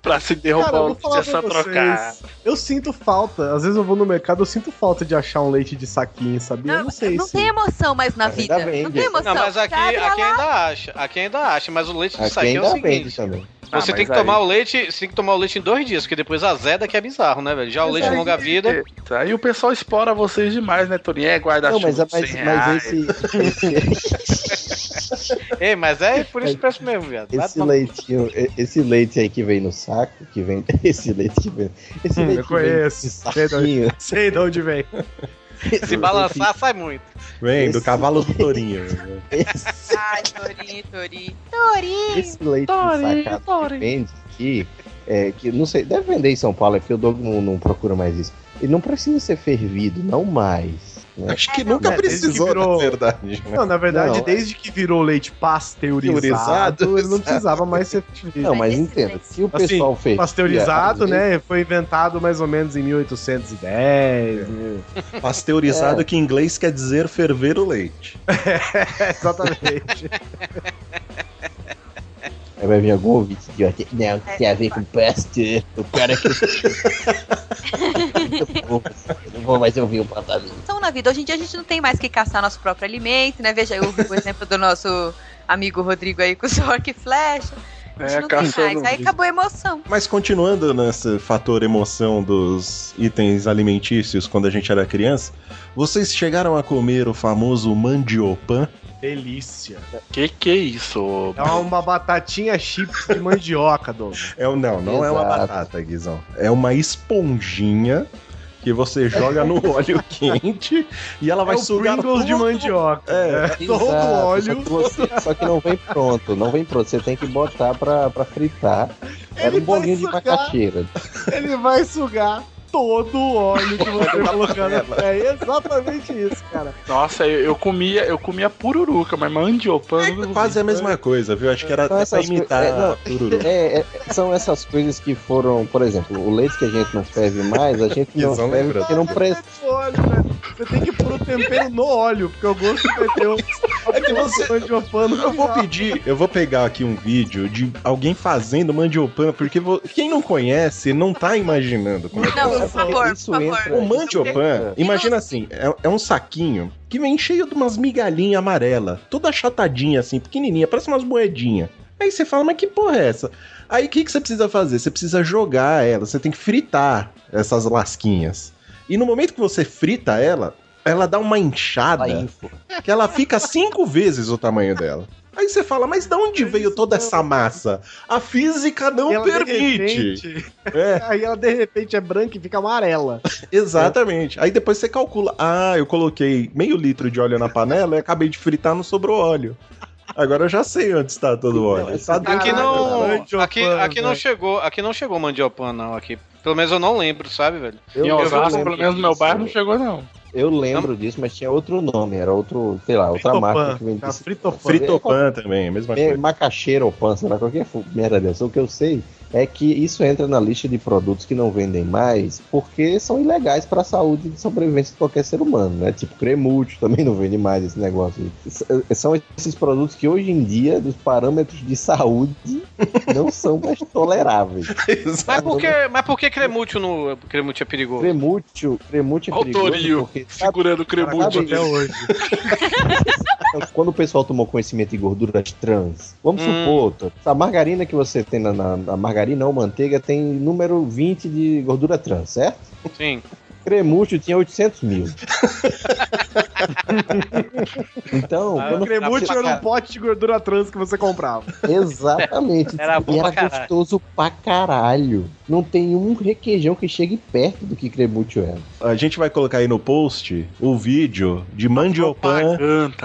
pra se derrubar
Cara, eu vou
o leite
falar
é
pra
só
vocês.
trocar.
Eu sinto falta. Às vezes eu vou no mercado, eu sinto falta de achar um leite de saquinho, sabia? eu não sei
Não
se-
tem emoção mais na vida. Não tem emoção.
Não, mas aqui,
Sabe, olha
aqui é-
lá.
ainda acha, aqui ainda acha, mas o leite do
Aqui
saquinho é o
ainda
seguinte.
vende também.
Você
Ah,
tem
mas
que
aí-
tomar o leite, você tem que tomar o leite em dois dias, porque depois a Zeda que é bizarro, né, velho? Já o
Mas
leite
aí-
longa vida.
Eita, tá- Aí o pessoal explora vocês demais, né, Torinho? É guarda-chuva.
Não, mas-
de
mas-
100
mas
reais.
Ei, mas é por esse preço mesmo, viado. Vai
Esse
tomar-
leitinho, e- esse leite aí que vem no saco, que vem. [laughs] Esse leite que vem. Esse
Hum,
leite
eu
que vem
conheço.
de
Sei de onde-
saquinho.
sei de onde vem.
Se balançar, sai muito.
Vem, do cavalo do tourinho.
Esse,
Ai, Tori, Tori. Tori!
esse leite de sacado que vende aqui, é, que não sei, deve vender em São Paulo, é porque o Doug não, não procura mais isso. Ele não precisa ser fervido, não mais. né?
Acho que nunca
É, desde que
precisou,
virou-
na verdade. né?
Não, na verdade,
Não, é.
desde que virou leite pasteurizado,
Pasteurizado,
ele não precisava
[laughs]
mais ser fervido.
Não, mas entenda, se o pessoal fez.
Pasteurizado, né? Foi inventado mais ou menos em 1810. mil-
Pasteurizado
É.
que em inglês quer dizer ferver o leite.
É. [laughs]
Exatamente.
Aí vai vir algum ouvinte idiota. Não, tem a ver com pastor. O cara que. Muito pouco. Eu não vou mais ouvir o patalinho.
Então, na vida, hoje em dia a gente não tem mais que caçar nosso próprio alimento, né? Veja aí o, o exemplo do nosso amigo Rodrigo aí com o seu arco e flecha. A gente
É,
não tem
caçando
mais. Aí
bicho.
acabou a emoção.
Mas continuando nesse fator emoção dos itens alimentícios quando a gente era criança, vocês chegaram a comer o famoso mandiopan?
Delícia.
Que que é isso?
É uma batatinha chips de mandioca, Doug.
É, um- não, não é uma
Exato.
batata, Guizão. É uma esponjinha que você joga no óleo quente e ela vai
é o
sugar
Pringles de
tudo.
mandioca. É, todo
Exato,
óleo.
Só que, você- só que não vem pronto, não vem pronto. Você tem que botar pra, pra fritar. Era um bolinho de
sugar.
macaxeira.
Ele vai sugar todo o óleo que
[laughs]
você tá colocando. É exatamente isso, cara.
Nossa, eu, eu comia, eu comia pururuca, mas mandioca.
É Quase a mesma coisa, viu? Acho que era
São
até pra
essas
imitar
coi- é, não,
tururu.
é, é, são essas coisas que foram, por exemplo, o leite É que a gente não ferve mais, a gente não
Guizão
ferve
é.
lembra.
porque não, pre-
Óleo, velho. Você tem que pôr o tempero no óleo, porque o gosto um perdeu.
É que você.
um
Eu vou pedir, eu vou pegar aqui um vídeo de alguém fazendo mandiopano, porque vo- quem não conhece não tá imaginando como é que
Não,
é.
por favor, por favor.
O mandiopan, imagina assim, é, é um saquinho que vem cheio de umas migalhinhas amarelas, toda achatadinha assim, pequenininha, parece umas moedinhas. Aí você fala, mas que porra é essa? Aí o que, que você precisa fazer? Você precisa jogar ela, você tem que fritar essas lasquinhas. E no momento que você frita ela, ela dá uma inchada, que ela fica cinco vezes o tamanho dela. Aí você fala, mas de onde veio toda essa massa? A física não
Ela é de
um permite.
repente-
É.
Aí ela de repente é branca e fica amarela.
Exatamente. Aí depois você calcula. Ah, eu coloquei meio litro de óleo na panela e acabei de fritar, não sobrou óleo. Agora eu já sei onde está todo o óleo.
é
Tá dentro
Ah,
Aqui
da
né?
panela.
não, aqui, aqui não
velho.
chegou, aqui não chegou mandiopan não aqui. Pelo menos eu não lembro, sabe, velho?
Eu- eu lembro disso,
não chegou não.
Eu lembro disso, mas tinha outro nome, era outro, sei lá, outra
Fritopan,
marca que vendia.
tá,
esse- tipo
Fritopan. Fritopan também, a mesma
É,
coisa.
Macaxeira ou pan, sei lá, qualquer fu- merda dessa. O que eu sei é que isso entra na lista de produtos que não vendem mais porque são ilegais para a saúde e sobrevivência de qualquer ser humano, né? Tipo cremútil também não vende mais esse negócio. S- eh, São esses produtos que hoje em dia, dos parâmetros de saúde, não são mais toleráveis.
Mas por
é?
que, mas por que cremútil no cremútil é perigoso?
Cremútil, cremútil é
Olha o Torinho
perigoso porque sabe-
segurando o cremútil
sabe-
até hoje.
quando o pessoal tomou conhecimento de gorduras trans, vamos
Hum.
supor, Tô, a margarina que você tem na, na- na margarina ou manteiga tem número 20 de gordura trans, certo?
Sim.
Cremúcio tinha 800 mil. então,
O cremútil era um pote de gordura trans que você comprava.
Exatamente.
Era bom
e
pra
era
caralho.
gostoso pra caralho. Não tem um requeijão que chegue perto do que cremúcio é. era.
A gente vai colocar aí no post o vídeo de Mandiopan.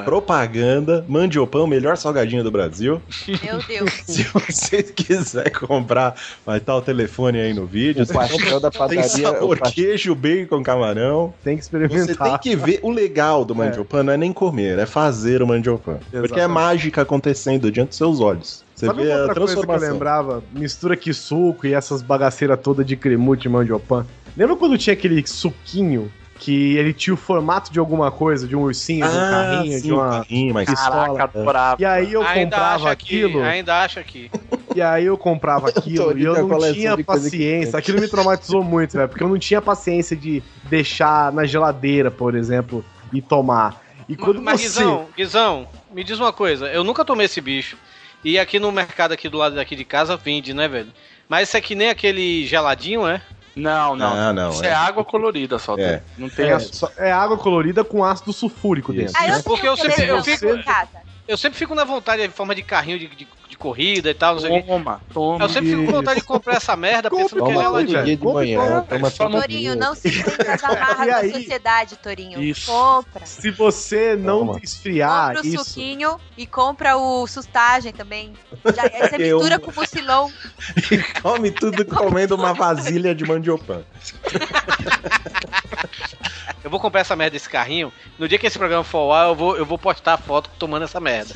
Propaganda. Mandiopan, o melhor salgadinho do Brasil.
Hum.
Meu Deus.
Se você quiser comprar, vai estar o telefone aí no vídeo.
O pastel da padaria,
Tem sabor
o pastel-
queijo, bacon, camarão.
Tem que [laughs] experimentar.
Você tem que ver. O legal do mandiopan não é nem comer, é fazer o mandiopan. Porque é
Exatamente.
mágica acontecendo diante dos seus olhos. Você
Sabe
vê
uma
a
outra coisa que eu
transformação.
lembrava? Mistura que suco e essas bagaceiras todas de cremute e mandiopan. Lembra quando tinha aquele suquinho que ele tinha o formato de alguma coisa, de um ursinho, de um
Ah,
carrinho,
sim,
de uma
um carrinho, mas- Caraca,
E aí eu né?
Ainda
comprava
acha que-
aquilo,
ainda acho aqui.
e aí eu
[laughs]
comprava aquilo, e
Torinho tem
eu
uma
não
coleção
tinha
de coisa que
paciência.
tem.
Aquilo me traumatizou muito, velho, porque eu não tinha paciência de deixar na geladeira, por exemplo, e tomar. E quando
Mas
você...
Guizão, Guizão, me diz uma coisa, eu nunca tomei esse bicho. E aqui no mercado aqui do lado daqui de casa vende, né, velho? Mas isso é que nem aquele geladinho, é?
Não, não.
Ah, não,
Isso é,
é.
água colorida
tá?
só.
É.
Não tem
É,
açúcar.
só- é água colorida com ácido sulfúrico dentro. né?
Ah,
Isso porque eu sempre, eu, fico,
Cara,
eu sempre fico na vontade em forma de carrinho de, de- de corrida e tal, não sei o quê.
Toma,
Eu sempre fico com vontade de comprar essa merda, pensando que é geladinho.
Torinho, não se entrega às amarras
E
da
aí?
sociedade, Torinho.
Isso.
Compra.
Se você não esfriar
Compra o
isso.
suquinho e compra o sustagem também. Já, aí você
Eu-
mistura com o mucilão.
Come tudo comendo uma vasilha de mandiopan.
Eu vou comprar essa merda desse carrinho. No dia que esse programa for ao ar, eu vou, eu vou postar a foto tomando essa merda.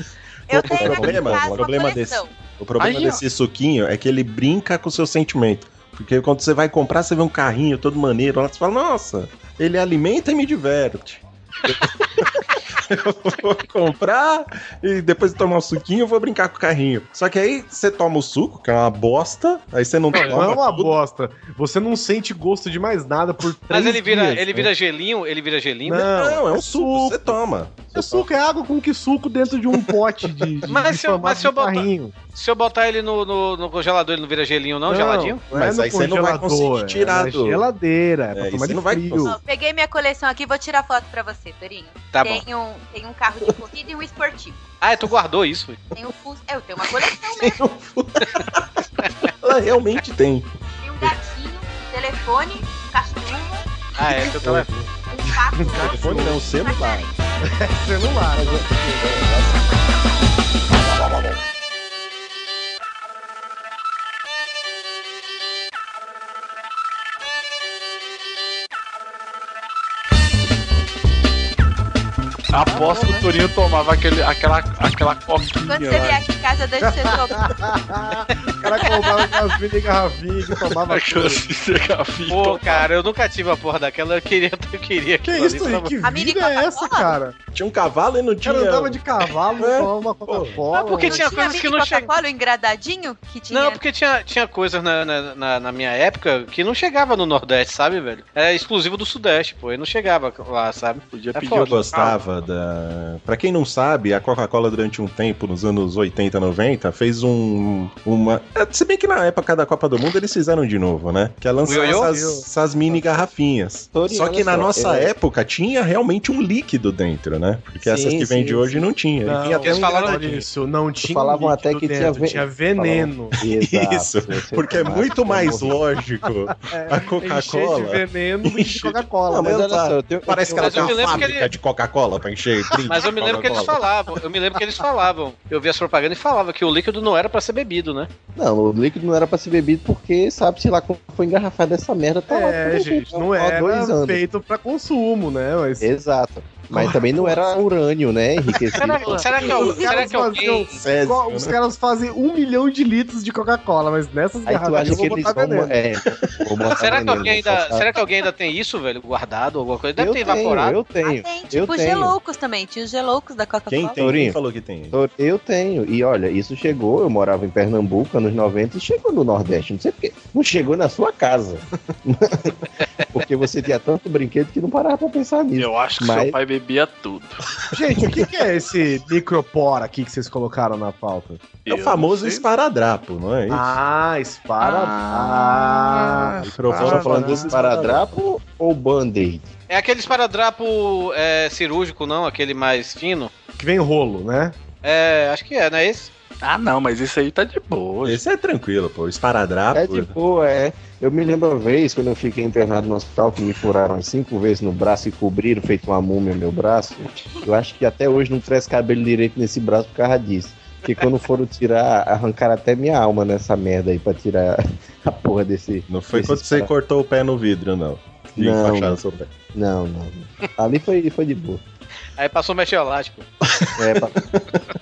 Eu
O problema, o problema desse, o problema
Aí, ó.
desse suquinho é que ele brinca com o seu sentimento. Porque quando você vai comprar, você vê um carrinho todo maneiro, lá você fala, nossa, ele alimenta e me diverte. [laughs] eu vou comprar e depois de tomar o suquinho, eu vou brincar com o carrinho. Só que aí você toma o suco, que é uma bosta, aí você não
Não,
toma.
não é uma bosta. Você não sente gosto de mais nada por três
Mas ele vira,
dias,
ele
né?
vira gelinho, ele vira gelinho.
Não, é um suco, você toma.
É suco, é água com que suco dentro de um pote
[laughs]
de, de,
Mas
de
se eu-
formato
mas se eu
de
botar-
carrinho.
Se eu botar ele no, no- no congelador, ele não vira gelinho, não, geladinho?
Mas aí você não vai conseguir tirar
é na
do-
geladeira, é
É,
pra
e
tomar
você
de
não vai
frio.
Ó, peguei minha coleção aqui, vou tirar foto pra você, Torinho.
Tá
tem Um, tem um carro de corrida e um esportivo.
Ah, tu
[laughs]
guardou isso?
Tem um Fusca. Eu tenho uma coleção né?
Ela realmente tem.
Tem um gatinho, um telefone, um cachorro,
Ah, é, teu telefone.
um pato.
Telefone não, celular.
celular.
Aposto que o Torinho tomava aquele, aquela, aquela coquinha.
Quando você
lá.
vier aqui, casa
[laughs]
da de cenoura.
cara comprava gasolina em garrafinha que
é
[laughs]
tomava
Pô, cara, eu nunca tive a porra daquela, eu queria, [laughs] eu queria
Que isso aí? Que vida é essa, cara?
Tinha um cavalo e não
O
tinha.
cara andava de cavalo,
É.
tomava uma
Mas
Coca-Cola.
porque tinha coisas que não chegavam.
Coca-Cola, o engradadinho que tinha.
Não, porque tinha, tinha coisas na, na, na- na minha época que não chegava no Nordeste, sabe, velho? Era exclusivo do Sudeste, pô, e não chegava lá, sabe?
É
Podia
Porque eu gostava da. Pra quem não sabe, a Coca-Cola durante um tempo, nos anos 80, 90, fez um. Uma. é, Se bem que na época da Copa do Mundo eles fizeram de novo, né? Que é lançar
Ioiô?
essas, essas mini garrafinhas. Só que na
olha só,
nossa
é.
época tinha realmente um líquido dentro, né? Porque
Sim,
essas que
sim,
vende hoje
sim.
não tinha.
Não,
e tinha até
eles
um
falaram
engradadinho.
Isso, não tinha. um
Falavam até que
líquido
tinha,
dentro,
ve-
tinha veneno.
Falavam- Exato,
Isso,
você
porque é
tomava,
muito
você
mais
morria. [laughs]
lógico
É,
a
Cheio de
Coca-Cola.
veneno e de Coca-Cola.
Não, mas olha só,
eu tenho-
Parece que
eu-
ela
mas
tem
eu me
uma
lembro que
fábrica de Coca-Cola pra encher. drink
Mas eu
de
me lembro que eles
Coca-Cola.
falavam, eu me lembro que eles falavam. Eu vi as propagandas e falava que o líquido não era pra ser bebido, né?
Não, o líquido não era pra ser bebido porque sabe-se lá como foi engarrafada essa merda. Tá lá,
É,
tudo
gente,
bem,
não
há
era feito pra consumo, né? Mas...
Exato. Mas também não
[laughs]
era urânio, né, enriquecido.
Será, será que, al-
Os
será
caras
que alguém.
faziam-
Césio,
co- Os
né?
caras fazem um milhão de litros de Coca-Cola, mas nessas
Aí tu
garrafas
acha
eu
que
vou
eles
botar
vão.
veneno.
É, vou botar
Será que,
veneno,
né?
alguém ainda,
só-
será que alguém ainda tem isso, velho? Guardado, alguma coisa? Deve
eu
ter
tenho,
evaporado.
Eu tenho.
Tem,
eu
tipo, os
tenho.
geloucos também. Tinha os geloucos da Coca-Cola.
Torinho,
falou que tem?
Tor- Eu tenho. E olha, isso chegou, eu morava em Pernambuco anos 90 e chegou no Nordeste. Não sei porque. Não chegou na sua casa. porque você tinha tanto brinquedo que não parava pra pensar nisso.
Eu acho que
Mas-
seu pai bebia tudo.
Gente, o que, que é esse micropor aqui que vocês colocaram
[laughs]
na pauta?
É o famoso esparadrapo, não é isso?
Ah, esparadrapo.
Ah,
Você tá falando desse paradrapo ou band-aid?
É aquele esparadrapo é, cirúrgico, não? Aquele mais fino?
Que vem rolo, né?
É, acho que é, não é esse?
Ah, não, mas isso aí tá de boa.
Esse é tranquilo, pô. Esparadrapo.
É de boa, é. Eu me lembro uma vez, quando eu fiquei internado no hospital, que me furaram umas cinco vezes no braço e cobriram, feito uma múmia meu braço. Eu acho que até hoje não cresce cabelo direito nesse braço por causa disso. Porque quando foram tirar, arrancaram até minha alma nessa merda aí pra tirar [laughs] a porra desse.
Não foi
desse
quando você
cara.
cortou o pé no vidro, não. E
Não.
enfaixaram seu pé.
Não, não. Ali foi, foi de boa.
Aí passou metiolate, pô.
É, pa-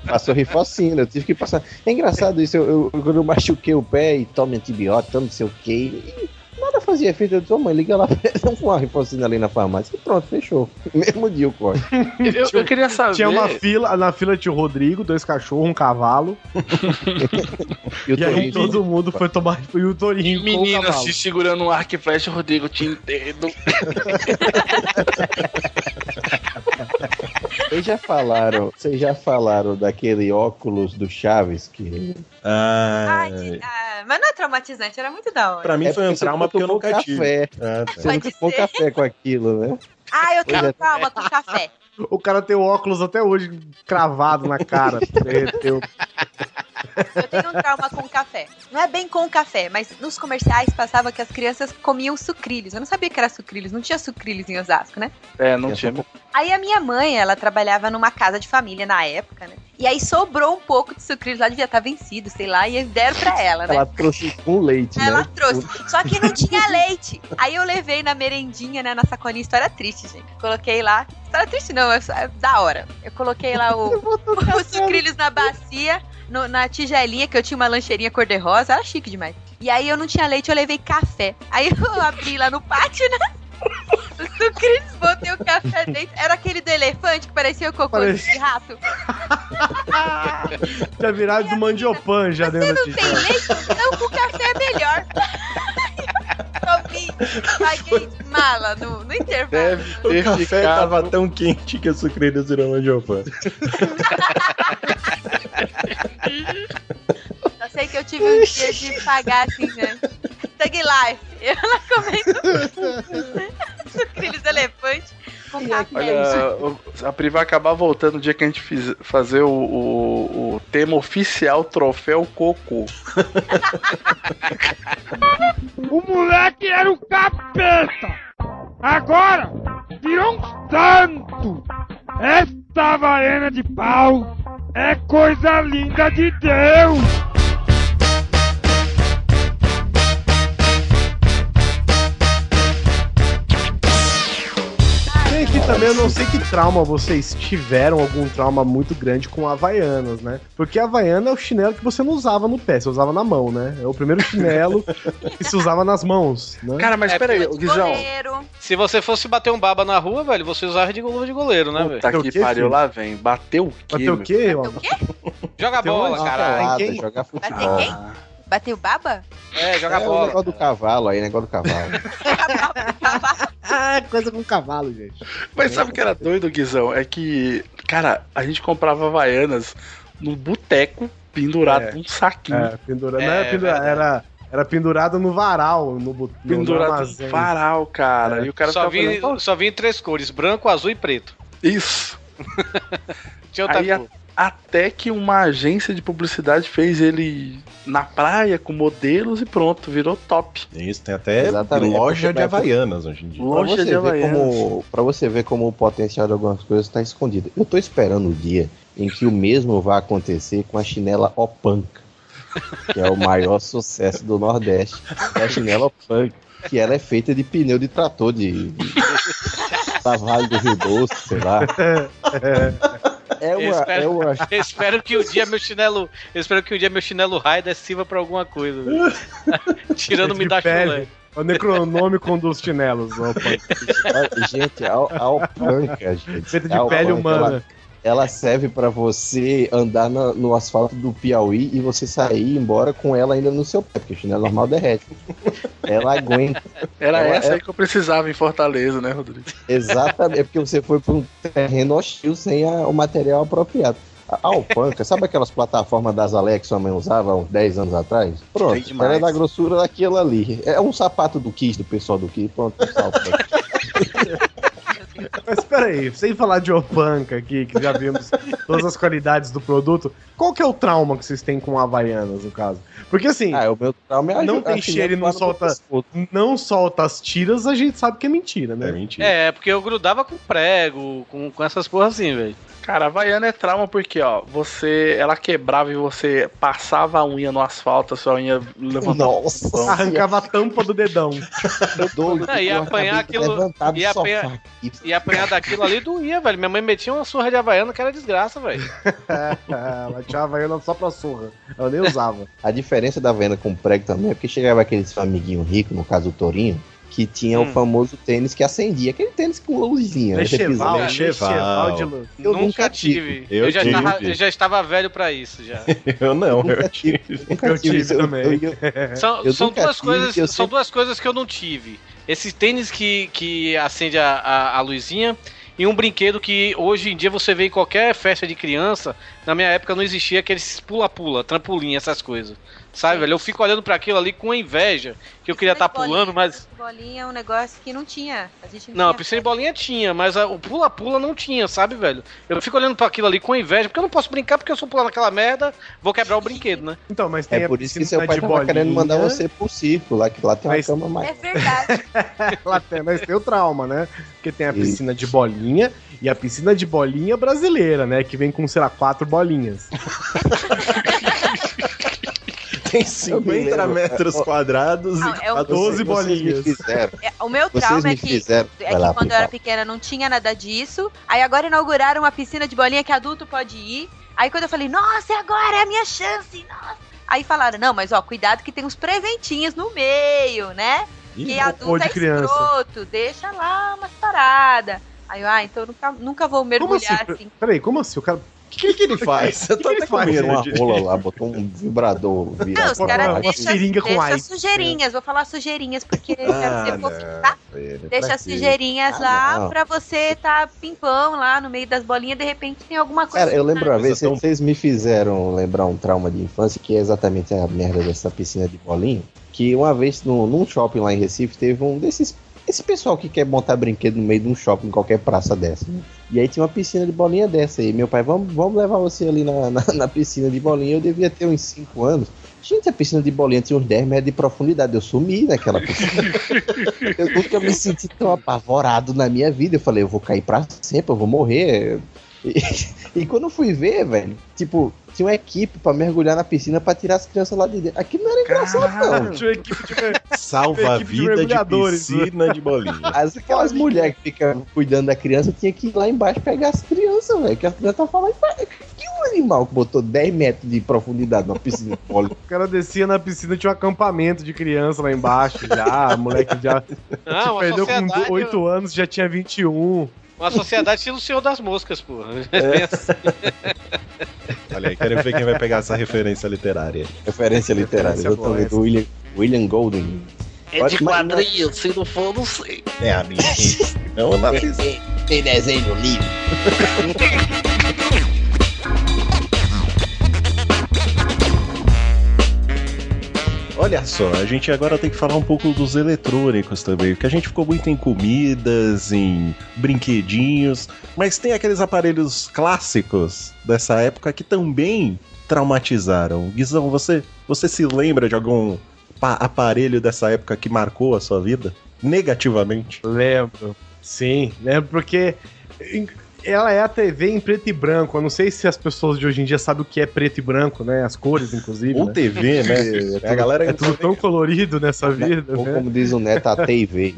passou rifocina, eu tive que passar. É engraçado isso, eu, eu- quando eu machuquei o pé e tome antibiótico, tome não sei o que. Nada fazia efeito, eu disse, ô mãe, liga lá, dá uma rifocina ali na farmácia. E pronto, fechou. Mesmo dia o corte.
Eu, eu queria saber.
Tinha uma fila, na fila tinha o Rodrigo, dois cachorros, um cavalo.
[laughs] E o
E aí
Torinho-
todo mundo foi tomar foi o Torinho com o
Menina
cavalo.
se segurando um arco e flecha, Rodrigo, um te entendo.
Vocês já falaram, vocês já falaram daquele óculos do Chaves que.
Ah,
Ah, mas não é traumatizante, era muito da hora.
pra mim
É
foi um
porque você
trauma porque eu
tomou
nunca
café.
tive. Ah, tá.
[laughs]
Você nunca tomou café com aquilo, né?
Ah, eu
Pois é.
tenho trauma com café.
O cara tem o óculos até hoje cravado na cara.
[laughs]
Derreteu.
Eu tenho um trauma com café. Não é bem com café, mas nos comerciais passava que as crianças comiam sucrilhos. Eu não sabia que era sucrilhos, não tinha sucrilhos em Osasco, né?
É, não
Eu
tinha.
Aí a minha mãe, ela trabalhava numa casa de família na época, né? E aí sobrou um pouco de sucrilhos lá, devia estar vencido, sei lá, e deram pra ela, né?
Ela trouxe com leite,
Ela
né?
trouxe. Só que não tinha leite. Aí eu levei na merendinha, né? Na sacolinha. História triste, gente. Coloquei lá. História triste não, é, só- é da hora. Eu coloquei lá o, [laughs] os sucrilhos na bacia, no- na tigelinha, que eu tinha uma lancheirinha cor-de-rosa. Era chique demais. E aí eu não tinha leite, eu levei café. Aí [laughs] eu abri lá no pátio, né? [laughs] Os sucrilhos, botei o café dentro. Era aquele do elefante que parecia o cocô
Parecia.
de rato.
Já virado de mandiopan já né? dentro da
Não tem
tigela.
leite? Então com café é
[laughs]
melhor. Comi, paguei de mala no, no intervalo.
Deve
O
ter
café
ficado.
tava tão quente que a sucrilhos virou mandiopan.
Só sei que eu tive um dia de pagar assim, né? Thug Life. Eu lá comendo
[laughs]
[laughs] sucrilhos de elefante com
É
café.
Olha, o- a Pri vai acabar voltando o dia que a gente fiz- fazer o, o- o tema oficial Troféu Cocô.
O moleque era o capeta! Agora virou um santo! Esta varena de pau é coisa linda de Deus!
Quem que também eu não sei que trauma vocês tiveram, algum trauma muito grande com Havaianas, né? Porque Havaiana é o chinelo que você não usava no pé, você usava na mão, né? É o primeiro chinelo que se usava nas mãos, né?
Cara, mas
É,
peraí,
pô,
Guizão.
Goleiro.
Se você fosse bater um baba na rua, velho, você usava de luva de goleiro, né, velho?
Puta que Tá pariu, lá vem. Bateu o quê?
Bateu o
quê?
Joga a bola, caralho.
Pelada, jogar futebol.
Ah.
Bateu baba?
É, joga
é, O
bola.
negócio do cavalo aí, negócio do cavalo.
Ah, coisa com cavalo, gente.
Mas sabe o que era doido, Guizão? É que, cara, a gente comprava Havaianas no boteco pendurado
É.
num saquinho.
É, pendurado, não era, pendura- era, era pendurado no varal, no, bu- no- no
pendurado
armazém.
no varal, cara.
É.
E o cara Tá
só,
ficava
vi,
olhando, "Pô,
só vi em três cores: branco, azul e preto.
Isso.
Tinha outra
Aí, a-
cor.
até que uma agência de publicidade fez ele na praia com modelos e pronto, virou top.
Isso, tem até
Exatamente,
loja
é porque
de
vai-
Havaianas hoje em dia.
Pra você ver como- Pra você ver como o potencial de algumas coisas está escondido. Eu tô esperando o dia em que o mesmo vai acontecer com a chinela Opanca, que é o maior [laughs] sucesso do Nordeste. É a chinela Opanca, que ela é feita de pneu de trator de, de da Vale do Rio Doce, sei lá. É
Eu
uma,
espero,
é uma
eu [laughs] espero que o dia meu chinelo. Eu espero que o dia meu chinelo Raider sirva pra alguma coisa. velho. Tirando
É
me da chulé.
O necronômico dos chinelos. ó, pô.
[laughs] Ah, gente, a, a
[laughs]
alpanca, gente.
Feita de
a alpanca,
pele humana.
Ela, ela serve pra você andar na- no asfalto do Piauí e você sair e ir embora com ela ainda no seu pé, porque o chinelo normal derrete. Ela aguenta.
Era
Ela
essa
é-
aí que eu precisava em Fortaleza, né, Rodrigo?
Exatamente, é porque você foi pra um terreno hostil sem a- o material apropriado. A a alpanca, sabe aquelas plataformas das Alex que sua mãe usava há uns 10 anos atrás?
Sei
Pronto,
demais.
ela é da grossura daquela ali. É um sapato do Kiss, do pessoal do Kiss. Pronto, um salto.
Mas peraí, sem falar de Opanca aqui, que já vimos todas as qualidades do produto, qual que é o trauma que vocês têm com Havaianas, no caso? Porque assim.
[laughs] Ah, o meu trauma é a-
Não
a
tem
chinela
cheiro e não
lá no
solta, não solta as tiras, a gente sabe que é mentira, né? É
mentira.
É, porque eu grudava com prego, com, com essas porras assim, velho.
Cara, a Havaiana é trauma porque, ó, você. Ela quebrava e você passava a unha no asfalto, a sua unha levantava.
É.
Nossa!
Arrancava a tampa do [laughs] dedão.
Não, e apanhar aquilo. E apanhar, e apanhar daquilo ali doía, velho. Minha mãe metia uma surra de havaiana que era desgraça, velho.
É, Ela tinha Havaiana só pra surra. Ela nem usava.
A diferença da venda com prego também é porque chegava aqueles amiguinho rico, no caso o Torinho, que tinha
Hum.
o famoso tênis que acendia, aquele tênis com
É
luzinha. né? Você
Lecheval,
pisava-
Lecheval de
luz.
Eu nunca
tive.
tive.
Eu,
Eu
já
tive.
Estava, eu já estava velho pra isso já.
Eu não, eu tive.
Eu tive também.
São,
É. Eu
são
nunca
duas
tive,
coisas,
eu
são duas coisas que eu não tive. Esse tênis que, que acende a, a, a luzinha e um brinquedo que hoje em dia você vê em qualquer festa de criança. Na minha época não existia aqueles pula-pula, trampolim, essas coisas. Sabe, velho? Eu fico olhando pra aquilo ali com inveja, que eu queria estar pulando, mas
Bolinha é um negócio que não tinha. A gente
não,
não,
a piscina e bolinha tinha, mas a- o pula-pula não tinha, sabe, velho? Eu fico olhando pra aquilo ali com inveja, porque eu não posso brincar, porque eu sou pular naquela merda, vou quebrar o
[laughs]
brinquedo, né?
Então, mas
É por isso que seu pai
de
tava
bolinha.
querendo mandar
[laughs]
você pro circo, lá que lá tem uma cama
é
mais.
[laughs]
Lá tem, mas tem o trauma, né? Porque tem a piscina de bolinha e a piscina de bolinha brasileira, né? Que vem com, sei lá, quatro bolinhas.
[laughs]
Tem
Eu
50
me lembro.
metros
É, ó,
quadrados
Não,
e
é o-
cada 12
Vocês- vocês me
bolinhas.
fizeram.
O meu
Vocês
trauma é
me
que,
fizeram-
é
Vai
que
lá,
quando eu
Pipa.
era pequena não tinha nada disso. Aí agora inauguraram uma piscina de bolinha que adulto pode ir. Aí quando eu falei, nossa, é agora, é a minha chance, nossa. Aí falaram, não, mas ó, cuidado que tem uns presentinhos no meio, né?
Ih,
que
cocô
adulto
de
é
criança.
escroto, deixa lá umas paradas. Aí eu, ah, então eu nunca, nunca vou
Como assim?
mergulhar assim.
Peraí, como assim? O cara. O que, que ele
faz? Eu tô até com
Botou uma
de-
rola lá, botou um vibrador. virado
Não, os
pra
caras
baixo.
deixam deixa sujeirinhas, vou falar sujeirinhas, porque eu quero ser fofinho,
Ah,
tá?
é Pra
Deixa as
quê? Ah,
sujeirinhas lá
não.
pra você tá pimpão lá no meio das bolinhas, de repente tem alguma coisa.
Cara, eu lembro uma
Mas
vez, vocês me fizeram lembrar um trauma de infância, que é exatamente a merda dessa piscina de bolinho, que uma vez no, num shopping lá em Recife teve um desses. Esse pessoal que quer montar brinquedo no meio de um shopping, em qualquer praça dessa, né? E aí tinha uma piscina de bolinha dessa aí. Meu pai, vamos, vamos levar você ali na, na, na piscina de bolinha. Eu devia ter uns 5 anos. Gente, a piscina de bolinha tinha uns 10 metros de profundidade. Eu sumi naquela piscina.
[laughs]
Eu nunca me senti tão apavorado na minha vida. Eu falei, eu vou cair pra sempre, eu vou morrer.
E, e quando eu fui ver, velho, tipo, tinha uma equipe pra mergulhar na piscina pra tirar as crianças lá de dentro. Aquilo não
[laughs]
era engraçado, não.
Tinha uma equipe de
Salva a
Equipe de
vida de,
mergulhadores,
piscina de bolinha.
[laughs] As, aquelas mulheres que ficam cuidando da criança tinha que ir lá embaixo pegar as crianças, velho. Que as crianças estavam lá embaixo. Que um animal que botou 10 metros de profundidade numa piscina de bolinha.
O cara descia na piscina, tinha um acampamento de criança lá embaixo já, moleque já.
Não,
se
Ah, uma
perdeu
um
sociedade-
com 8 anos, já tinha 21.
Uma sociedade estilo Senhor das Moscas, porra.
[laughs] Olha aí, quero ver quem vai pegar essa referência literária.
Referência literária,
Referência boa
exatamente. Do William, William Golden.
É de
Pode- mas-
quadrinho, se não for, não sei.
É, amigo.
[laughs]
Não, não.
Tem desenho livre.
Olha só, a gente agora tem que falar um pouco dos eletrônicos também, porque a gente ficou muito em comidas, em brinquedinhos, mas tem aqueles aparelhos clássicos dessa época que também traumatizaram. Guizão, você, você se lembra de algum pa- aparelho dessa época que marcou a sua vida? Negativamente?
Lembro. Sim, lembro porque em- ela é a TV em preto e branco. Eu não sei se as pessoas de hoje em dia sabem o que é preto e branco, né? As cores, inclusive.
Ou
né?
TV,
[laughs]
né?
Porque
A galera
é tudo tão colorido nessa vida.
Ou
né?
como diz o Neto, a TV.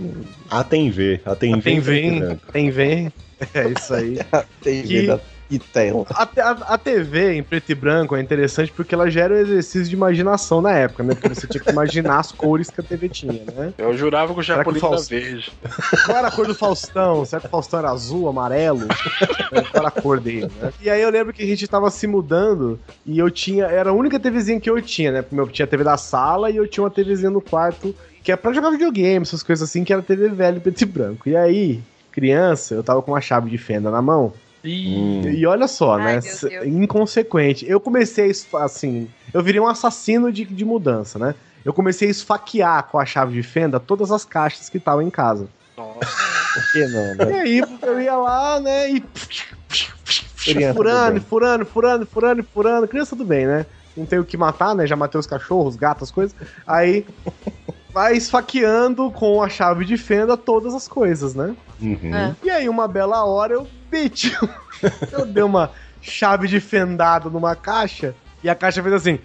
A TV. A TV.
Ah, Tem vem, tem vem. [laughs] É isso aí.
[laughs] tem
Que-
venda e tela.
A, te- a, a TV em preto e branco é interessante porque ela gera um exercício de imaginação na época, né? Porque você tinha que imaginar as cores que a TV tinha, né?
Eu jurava que o
Será que o
Chapolin era
Faustão-
verde.
Qual era a cor do Faustão? Será que o Faustão era azul, amarelo? É, Qual era a cor dele, né? E aí eu lembro que a gente tava se mudando e eu tinha. Era a única TVzinha que eu tinha, né? Porque eu tinha a TV da sala e eu tinha uma TVzinha no quarto que era pra jogar videogame, essas coisas assim, que era TV velha, em preto e branco. E aí, criança, eu tava com uma chave de fenda na mão.
Hum,
E olha só, né? S- Inconsequente. Eu comecei a esfa- assim. Eu virei um assassino de, de mudança, né? Eu comecei a esfaquear com a chave de fenda todas as caixas que estavam em casa.
Por que não,
E
né?
aí eu ia lá, né? E
Criança,
furando,
tudo
furando, furando, furando, furando. Criança, tudo bem, né? Não tem o que matar, né? Já matei os cachorros, os gatos, as coisas. Aí vai esfaqueando com a chave de fenda todas as coisas, né?
Uhum.
E aí, uma bela hora, eu meti. eu dei uma chave de fendado numa caixa e a caixa fez assim.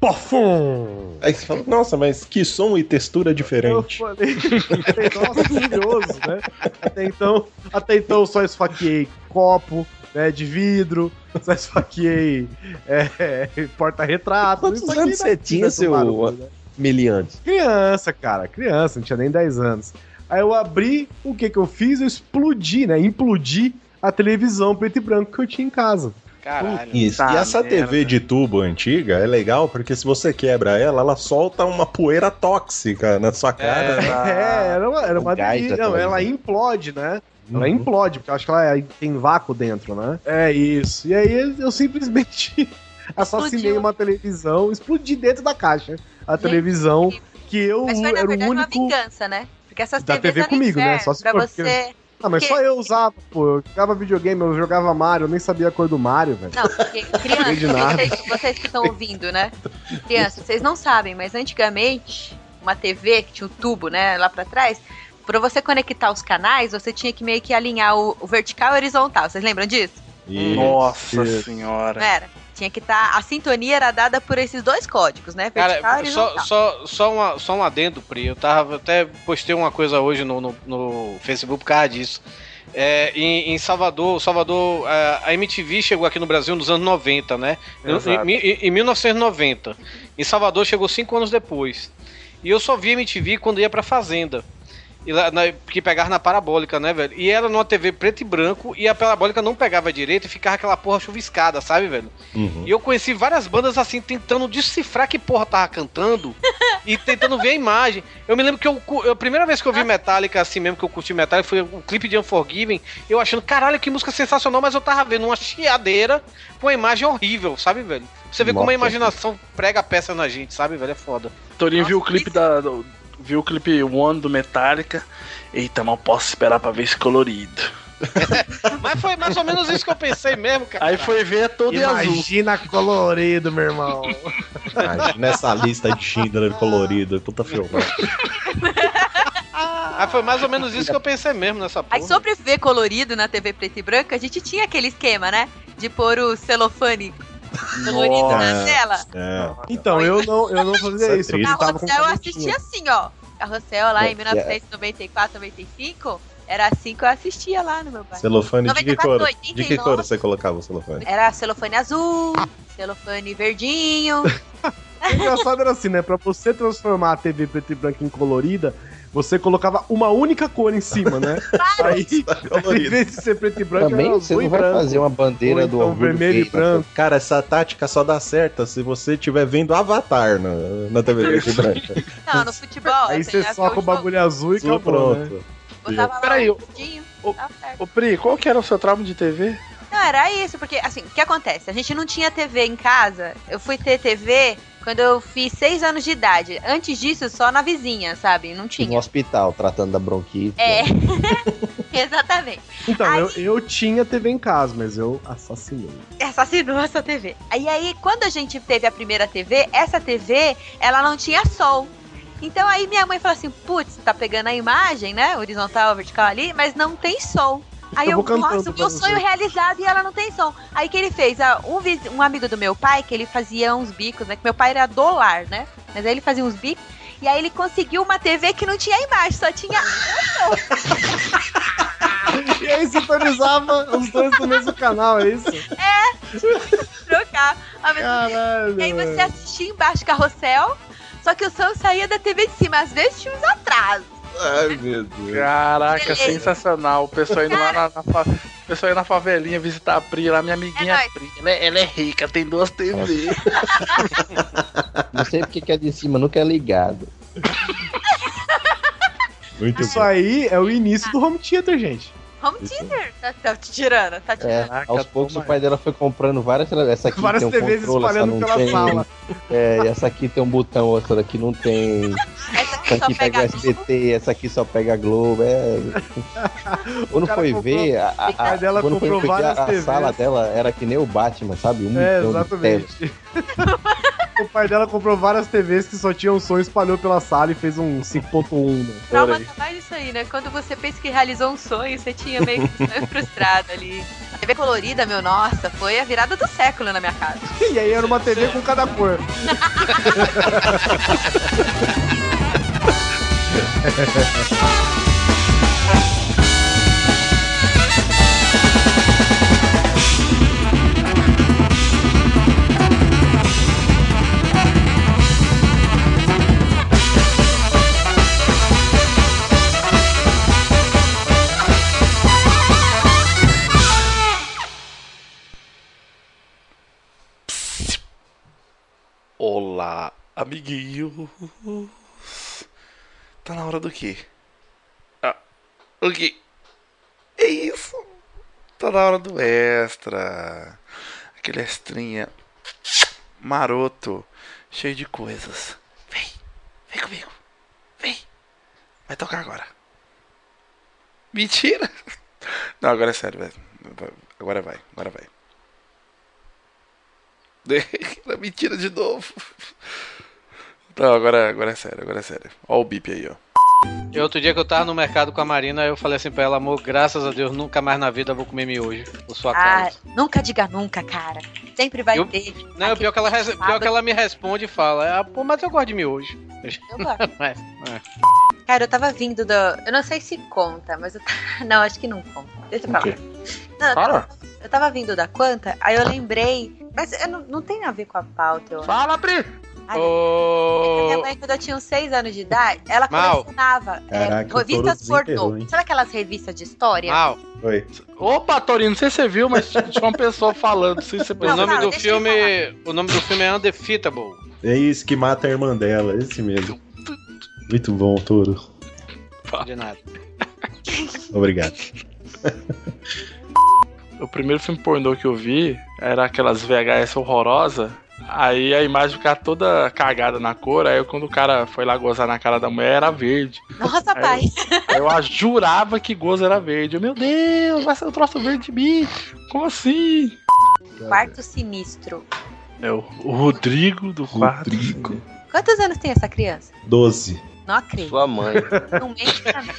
Pofum!
Aí você fala, nossa, mas que som e textura
Eu
diferente.
falei, falei, nossa, que curioso, né? Até então, até então eu só esfaqueei copo, né, de vidro, só esfaqueei é, porta-retrato.
Quantos
esfaqueei
anos você
daqui,
tinha,
né,
seu
tomara.
miliante?
Criança, cara, criança, não tinha nem 10 anos. Aí eu abri, o que que eu fiz? Eu explodi, né? Implodi a televisão preto e branco que eu tinha em casa.
Caralho.
Isso.
Tá,
e essa TV de tubo antiga é legal porque se você quebra ela, ela solta uma poeira tóxica na sua cara.
É,
Ah,
era uma, era uma
O gás
delícia.
da
Não, ela
televisão.
implode, né? Ela
Uhum.
implode, porque eu acho que ela é- tem vácuo dentro, né? É isso. E aí eu simplesmente [laughs] assassinei
Explodiu.
uma televisão, explodi dentro da caixa a televisão que eu
Mas foi, na
era o
verdade, uma
único
vingança, né? Porque essas
da
TVs
TV
eram
comigo, né?
inferno
Só se
pra
for,
você...
porque- Ah, mas só eu usava, pô. Eu jogava videogame, eu jogava Mario, eu nem sabia a cor do Mario, velho.
Não,
[laughs]
porque
Não de
crianças,
nada.
vocês, vocês que estão ouvindo, né?
[laughs]
Crianças, vocês não sabem, mas antigamente, uma TV que tinha um tubo, né, lá pra trás, pra você conectar os canais, você tinha que meio que alinhar o, o vertical e o horizontal. Vocês lembram disso?
Isso.
Nossa
é Isso.
É.
senhora.
Não era? Tinha que estar. a sintonia era dada por esses dois códigos, né? Vertical e
Cara,
horizontal.
só, só, só, uma, só um adendo, Pri. Eu tava, eu até postei uma coisa hoje no, no, no Facebook por causa disso. É, em, em Salvador, Salvador, a- a MTV chegou aqui no Brasil nos anos 90, né? Em-
Exato.
Em, em 1990. Em Salvador chegou cinco anos depois. E eu só via MTV quando ia pra Fazenda. E lá, na, que pegava na parabólica, né, velho? E era numa TV preto e branco, e a parabólica não pegava direito e ficava aquela porra chuviscada, sabe, velho?
uhum.
E eu conheci várias bandas assim, tentando decifrar que porra
[laughs]
tava cantando e tentando ver a imagem. Eu me lembro que eu, cu- eu- a primeira vez que
Ah.
eu vi Metallica, assim mesmo, que eu curti Metallica, foi o clipe de Unforgiven. Eu achando, caralho, que música sensacional, mas eu tava vendo uma chiadeira com uma imagem horrível, sabe, velho? Você vê como a
Nossa,
imaginação prega a peça na gente, sabe, velho? É foda.
Torinho viu o clipe da. do- viu o clipe One do Metallica. Eita, não posso esperar pra ver esse colorido.
Mas foi mais ou menos isso que eu pensei mesmo, cara.
Aí foi ver todo em azul.
Imagina colorido, meu irmão.
Imagina essa lista de Schindler colorido, puta filmão.
Mas foi mais ou menos isso que eu pensei mesmo nessa porra.
Aí sobre ver colorido na TV preta e branca, a gente tinha aquele esquema, né? De pôr o celofane colorido na
Nossa.
tela.
Então, eu não, eu não fazia isso. é Eu
Na
pintava com
Carrossel eu
canetinha.
assistia assim, ó. Carrossel lá
É,
em 1994, 95, era assim que eu assistia lá no meu
Uhum.
bairro.
Celofane de que cor?
94,
De que cor você colocava o
[laughs]
celofane?
Era celofane azul, celofane verdinho.
O engraçado era assim, né? Pra você transformar a TV preto e branco em colorida, você colocava uma única cor em cima, né? Aí,
Tá
[laughs] em vez de ser preto e branco,
Também
era
você
azul e
não vai
branco.
fazer uma bandeira
Ou
do
então
orgulho
vermelho e
gay,
branco.
Cara, essa tática só dá certa se você estiver vendo Avatar na, na TV preta e branca.
Não, no futebol. assim,
Aí você soca o bagulho azul e
Azul,
acabou, né?
pronto.
Botava lá
Peraí,
um
ô-
verdinho.
ô-
tá certo.
Ô, Pri, qual que era o seu trauma de TV?
Não, era isso, porque assim, o que acontece? A gente não tinha TV em casa. Eu fui ter TV quando eu fiz seis anos de idade. Antes disso, só na vizinha, sabe? Não
No
tinha.
hospital, tratando da bronquite.
É. [laughs] Exatamente.
Então, eu, eu tinha TV em casa, mas eu assassinei. [laughs]
Assassinou essa TV. E aí, quando a gente teve a primeira TV, essa TV, ela não tinha sol. Então aí minha mãe falou assim: putz, tá pegando a imagem, né? Horizontal, vertical ali, mas não tem sol. Aí
Eu
eu,
vou cantando
nossa,
pra
meu
você.
sonho realizado e ela não tem som. Aí que ele fez? Ah, Um, viz- um amigo do meu pai, que ele fazia uns bicos, né? Que meu pai era dólar, né? Mas aí ele fazia uns bicos. E aí ele conseguiu uma TV que não tinha imagem, só tinha. [laughs]
E aí sintonizava os dois no mesmo canal, é isso?
trocar. Ao mesmo
Caralho,
tempo. E aí você
mano.
assistia embaixo carrossel, só que o som saía da TV de cima, às vezes tinha uns atrasos.
Ai, meu Deus.
Caraca,
Beleza.
sensacional. O pessoal indo lá na, na fa- o pessoal ia na favelinha visitar a Pri lá, minha amiguinha
nóis.
Pri. Ela, é- ela é rica, tem duas TV.
Não sei porque que é de cima, nunca é ligado.
Muito
Isso aí é o início do home theater, gente.
Home theater, tá, tá te tirando, tá te
É,
tirando.
aos poucos o pai dela foi comprando várias. Essa aqui
Várias
tem um
TVs
controle, essa
espalhando
não
pela
tem.
sala.
É, e essa aqui tem um botão, essa daqui não tem.
Essa aqui é
Essa
só
aqui pega o
pega
SBT, essa aqui só pega a Globo.
[laughs]
É. Quando
cara
foi
comprou-
ver, a, a-
o pai
a-
dela
quando foi
comprou
ver a,
várias
a
TVs.
sala dela era que nem o Batman, sabe? Um
É,
milhão de telas.
exatamente. [laughs] o pai dela comprou várias TVs que só tinham som, espalhou pela sala e fez um 5.1. Né? [laughs]
Trauma tá mais isso aí, né? Quando você pensa que realizou um sonho, você tinha meio que um sonho [laughs] frustrado ali. A TV colorida, meu, nossa, foi a virada do século na minha casa.
E aí era uma TV com cada cor.
Olá, amiguinho. Tá na hora do quê? Ah, o quê? É isso. Tá na hora do extra. Aquele extrinha maroto, cheio de coisas. Vem, vem comigo. Vem. Vai tocar agora. Mentira. Não, agora é sério, velho. Agora vai, agora vai. Era mentira Tá de novo. Não, agora, agora é sério, agora é sério. Ó o bip aí, ó.
E outro dia que eu tava no mercado com a Marina, eu falei assim pra ela, amor, graças a Deus, nunca mais na vida eu vou comer miojo por sua
Ah,
causa.
nunca diga nunca, cara. Sempre vai
Eu-
ter.
Não, pior que, ela, res- pior que ela me responde e fala, ah, pô, mas eu gosto de miojo. [laughs]
Eu gosto.
Mas, é.
Cara, eu tava vindo do. Eu não sei se conta, mas eu. ta- [laughs] Não, acho que não conta. Deixa pra lá.
Ok.
Não, eu
Fala.
tava, eu tava vindo da Quanta, aí eu lembrei. Mas eu não, não tem a ver com a pauta, eu
Fala, Pri!
Ai, É Minha
Ô,
mãe, quando eu tinha uns 6 anos de idade, ela
Mal.
colecionava é,
Caraca, o
revistas
Toru desenterrou,
pornô.
hein?
Sabe aquelas revistas de história?
Mal,
Oi.
Opa, Torino, não sei se você viu, mas tinha uma pessoa falando. Não sei se você
o nome
fala,
do
deixa ele
filme. O nome do filme é Undefeatable.
É isso que mata a irmã dela, esse mesmo. Muito bom, Toro.
De nada.
Obrigado.
O primeiro filme pornô que eu vi era aquelas VHS horrorosa. Aí a imagem ficava toda cagada na cor. Aí eu, quando o cara foi lá gozar na cara da mulher, era verde.
É
Nossa,
Aí
pai.
Aí eu [laughs] a- jurava que gozo era verde. Eu, meu Deus, vai sair um troço verde de mim. Como assim?
Quarto sinistro.
É o o Rodrigo do quarto.
Rodrigo.
Quantos anos tem essa criança?
12.
Não acredito.
Sua mãe.
Não mente pra mim.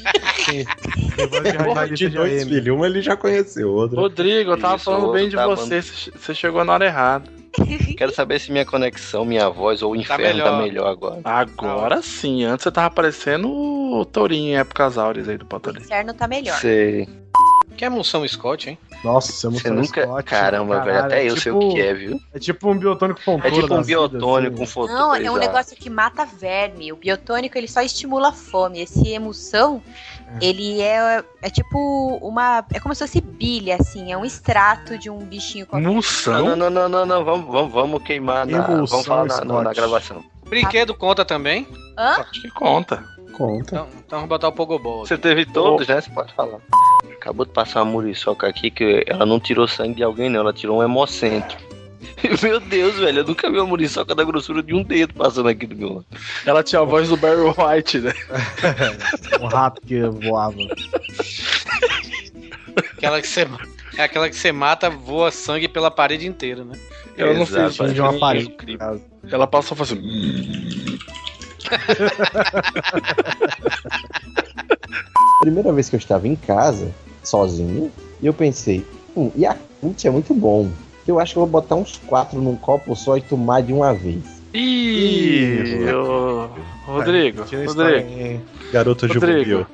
Porra, [laughs] de dois filhos, um ele já conheceu, o outro.
Rodrigo, eu tava
Isso,
falando bem de
tá bom.
você, você você chegou na hora errada.
Quero saber se minha conexão, minha voz ou o inferno tá melhor,
melhor.
agora.
Agora sim, antes você tava parecendo o Tourinho em épocas áureas aí do
[laughs] O
Patolino.
inferno tá melhor.
Sei.
Que é Monção Scott, hein?
Nossa,
é
você
um
Você nunca. Caramba, velho, até eu sei o que é, viu?
É né, tipo um biotônico
É
fontura
tipo um
das vidas,
biotônico,
assim.
um fotor.
Não, é um
exato.
negócio que mata verme. O biotônico ele só estimula a fome. Esse emoção, ele é, é tipo uma. É como se fosse bilha, assim. É um extrato de um bichinho qualquer.
Não, não, não, não, não, vamos, vamos, vamos queimar na,
Emulsão,
vamos falar na, na- na
Scott.
gravação.
Brinquedo conta também?
Hã?
Acho
que conta.
Conta.
Então, então vamos botar o Pogobol.
Você teve todos, né? Você pode falar. Acabou de passar uma muriçoca aqui que ela não tirou sangue de alguém, não. Ela tirou um hemocentro. [laughs] Meu Deus, velho, eu nunca vi uma muriçoca da grossura de um dedo passando aqui do meu lado.
Ela tinha a voz do Barry White, né?
Um rato que voava.
Aquela que você, é aquela que você mata, voa sangue pela parede inteira, né?
Eu não é fiz
de uma parede.
Ela passou e falou assim.
Primeira vez que eu estava em casa, sozinho, e eu pensei, hum, Yakut é muito bom. Eu acho que eu vou botar uns quatro num copo só e tomar de uma vez.
Ih, ô, Rodrigo,
Tira a
Rodrigo.
é,
Garoto
Rodrigo.
juvenil.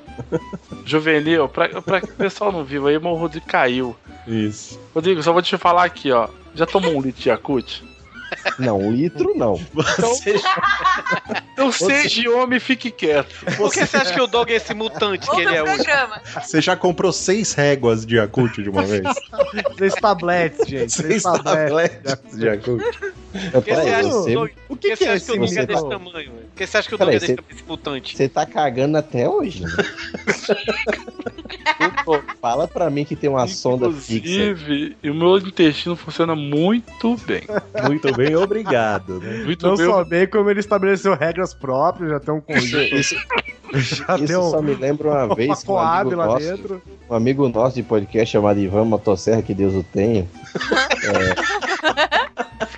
Juvenil, pra, pra que o pessoal não vivo aí, mas o Rodrigo caiu.
Isso.
Rodrigo, só vou te falar aqui, ó. Já tomou um litro de Yakut?
Não, um litro não.
[laughs]
Então seja homem e fique quieto.
Por que você acha que o Dog é esse mutante que ele é hoje?
Você já comprou seis réguas de Yakult [laughs] de uma vez?
Três tabletes, gente. Três
seis
tabletes.
tabletes de Yakult.
Eu, peraí, você,
O
que,
que é
acha que o
esse
Dog é desse
mutante?
tamanho? velho? Por que você acha que o Dog
peraí,
é desse
você,
tamanho, esse mutante?
você tá cagando até hoje. né? Pô, Fala pra mim que tem uma sonda fixa.
Inclusive, e o meu intestino funciona muito bem.
Muito bem, obrigado. né?
Muito
É. Não
bem.
só bem como ele estabeleceu regras próprias, já
[laughs]
tem um conjunto.
Isso,
já
isso
tem um-
só me lembra uma vez que um
Coab
amigo,
lá
nosso,
dentro.
um amigo nosso de podcast chamado Ivan Motosserra, que Deus o tenha.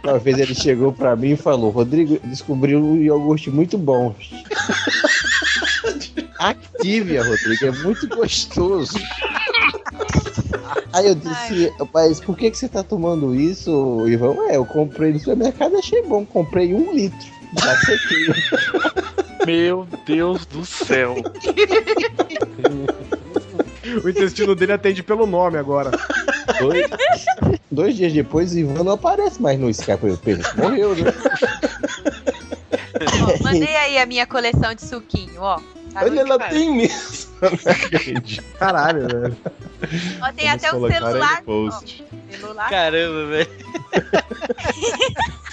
é, uma vez ele chegou pra mim e falou: Rodrigo, descobriu um iogurte muito bom. Activia, Rodrigo, é muito gostoso. Aí eu disse, mas por que, que você tá tomando isso, Ivan? É, eu comprei no supermercado, achei bom, comprei um litro. Já sequinho.
Meu Deus do céu.
O intestino dele atende pelo nome agora.
Dois, dois dias depois, o Ivan não aparece mais no Skype. Eu penso, morreu, né? [laughs]
Ó, mandei aí a minha coleção de suquinho, ó. Tá
Olha, ela
notificado.
tem mesmo. Não acredito.
Caralho, velho.
Ó, tem
Vamos
até um
colocar aí no
celular.
post.
ó, celular.
Caramba, velho.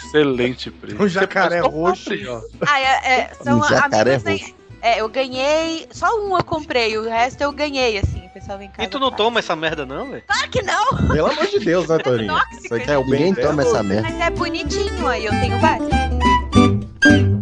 Excelente, Pri.
Um jacaré roxo.
Ah, é,
[laughs]
é, são
Um jacaré
amigos, né? É, eu ganhei. Só um eu comprei, o resto eu ganhei, assim. O pessoal vem cá.
E tu não toma essa merda, não, velho?
Claro que não,
Pelo amor de Deus, né, Torinho?
Tóxico,
Você quer o bem
Ninguém
é
dela?
toma essa merda.
mas é bonitinho aí, eu tenho vários.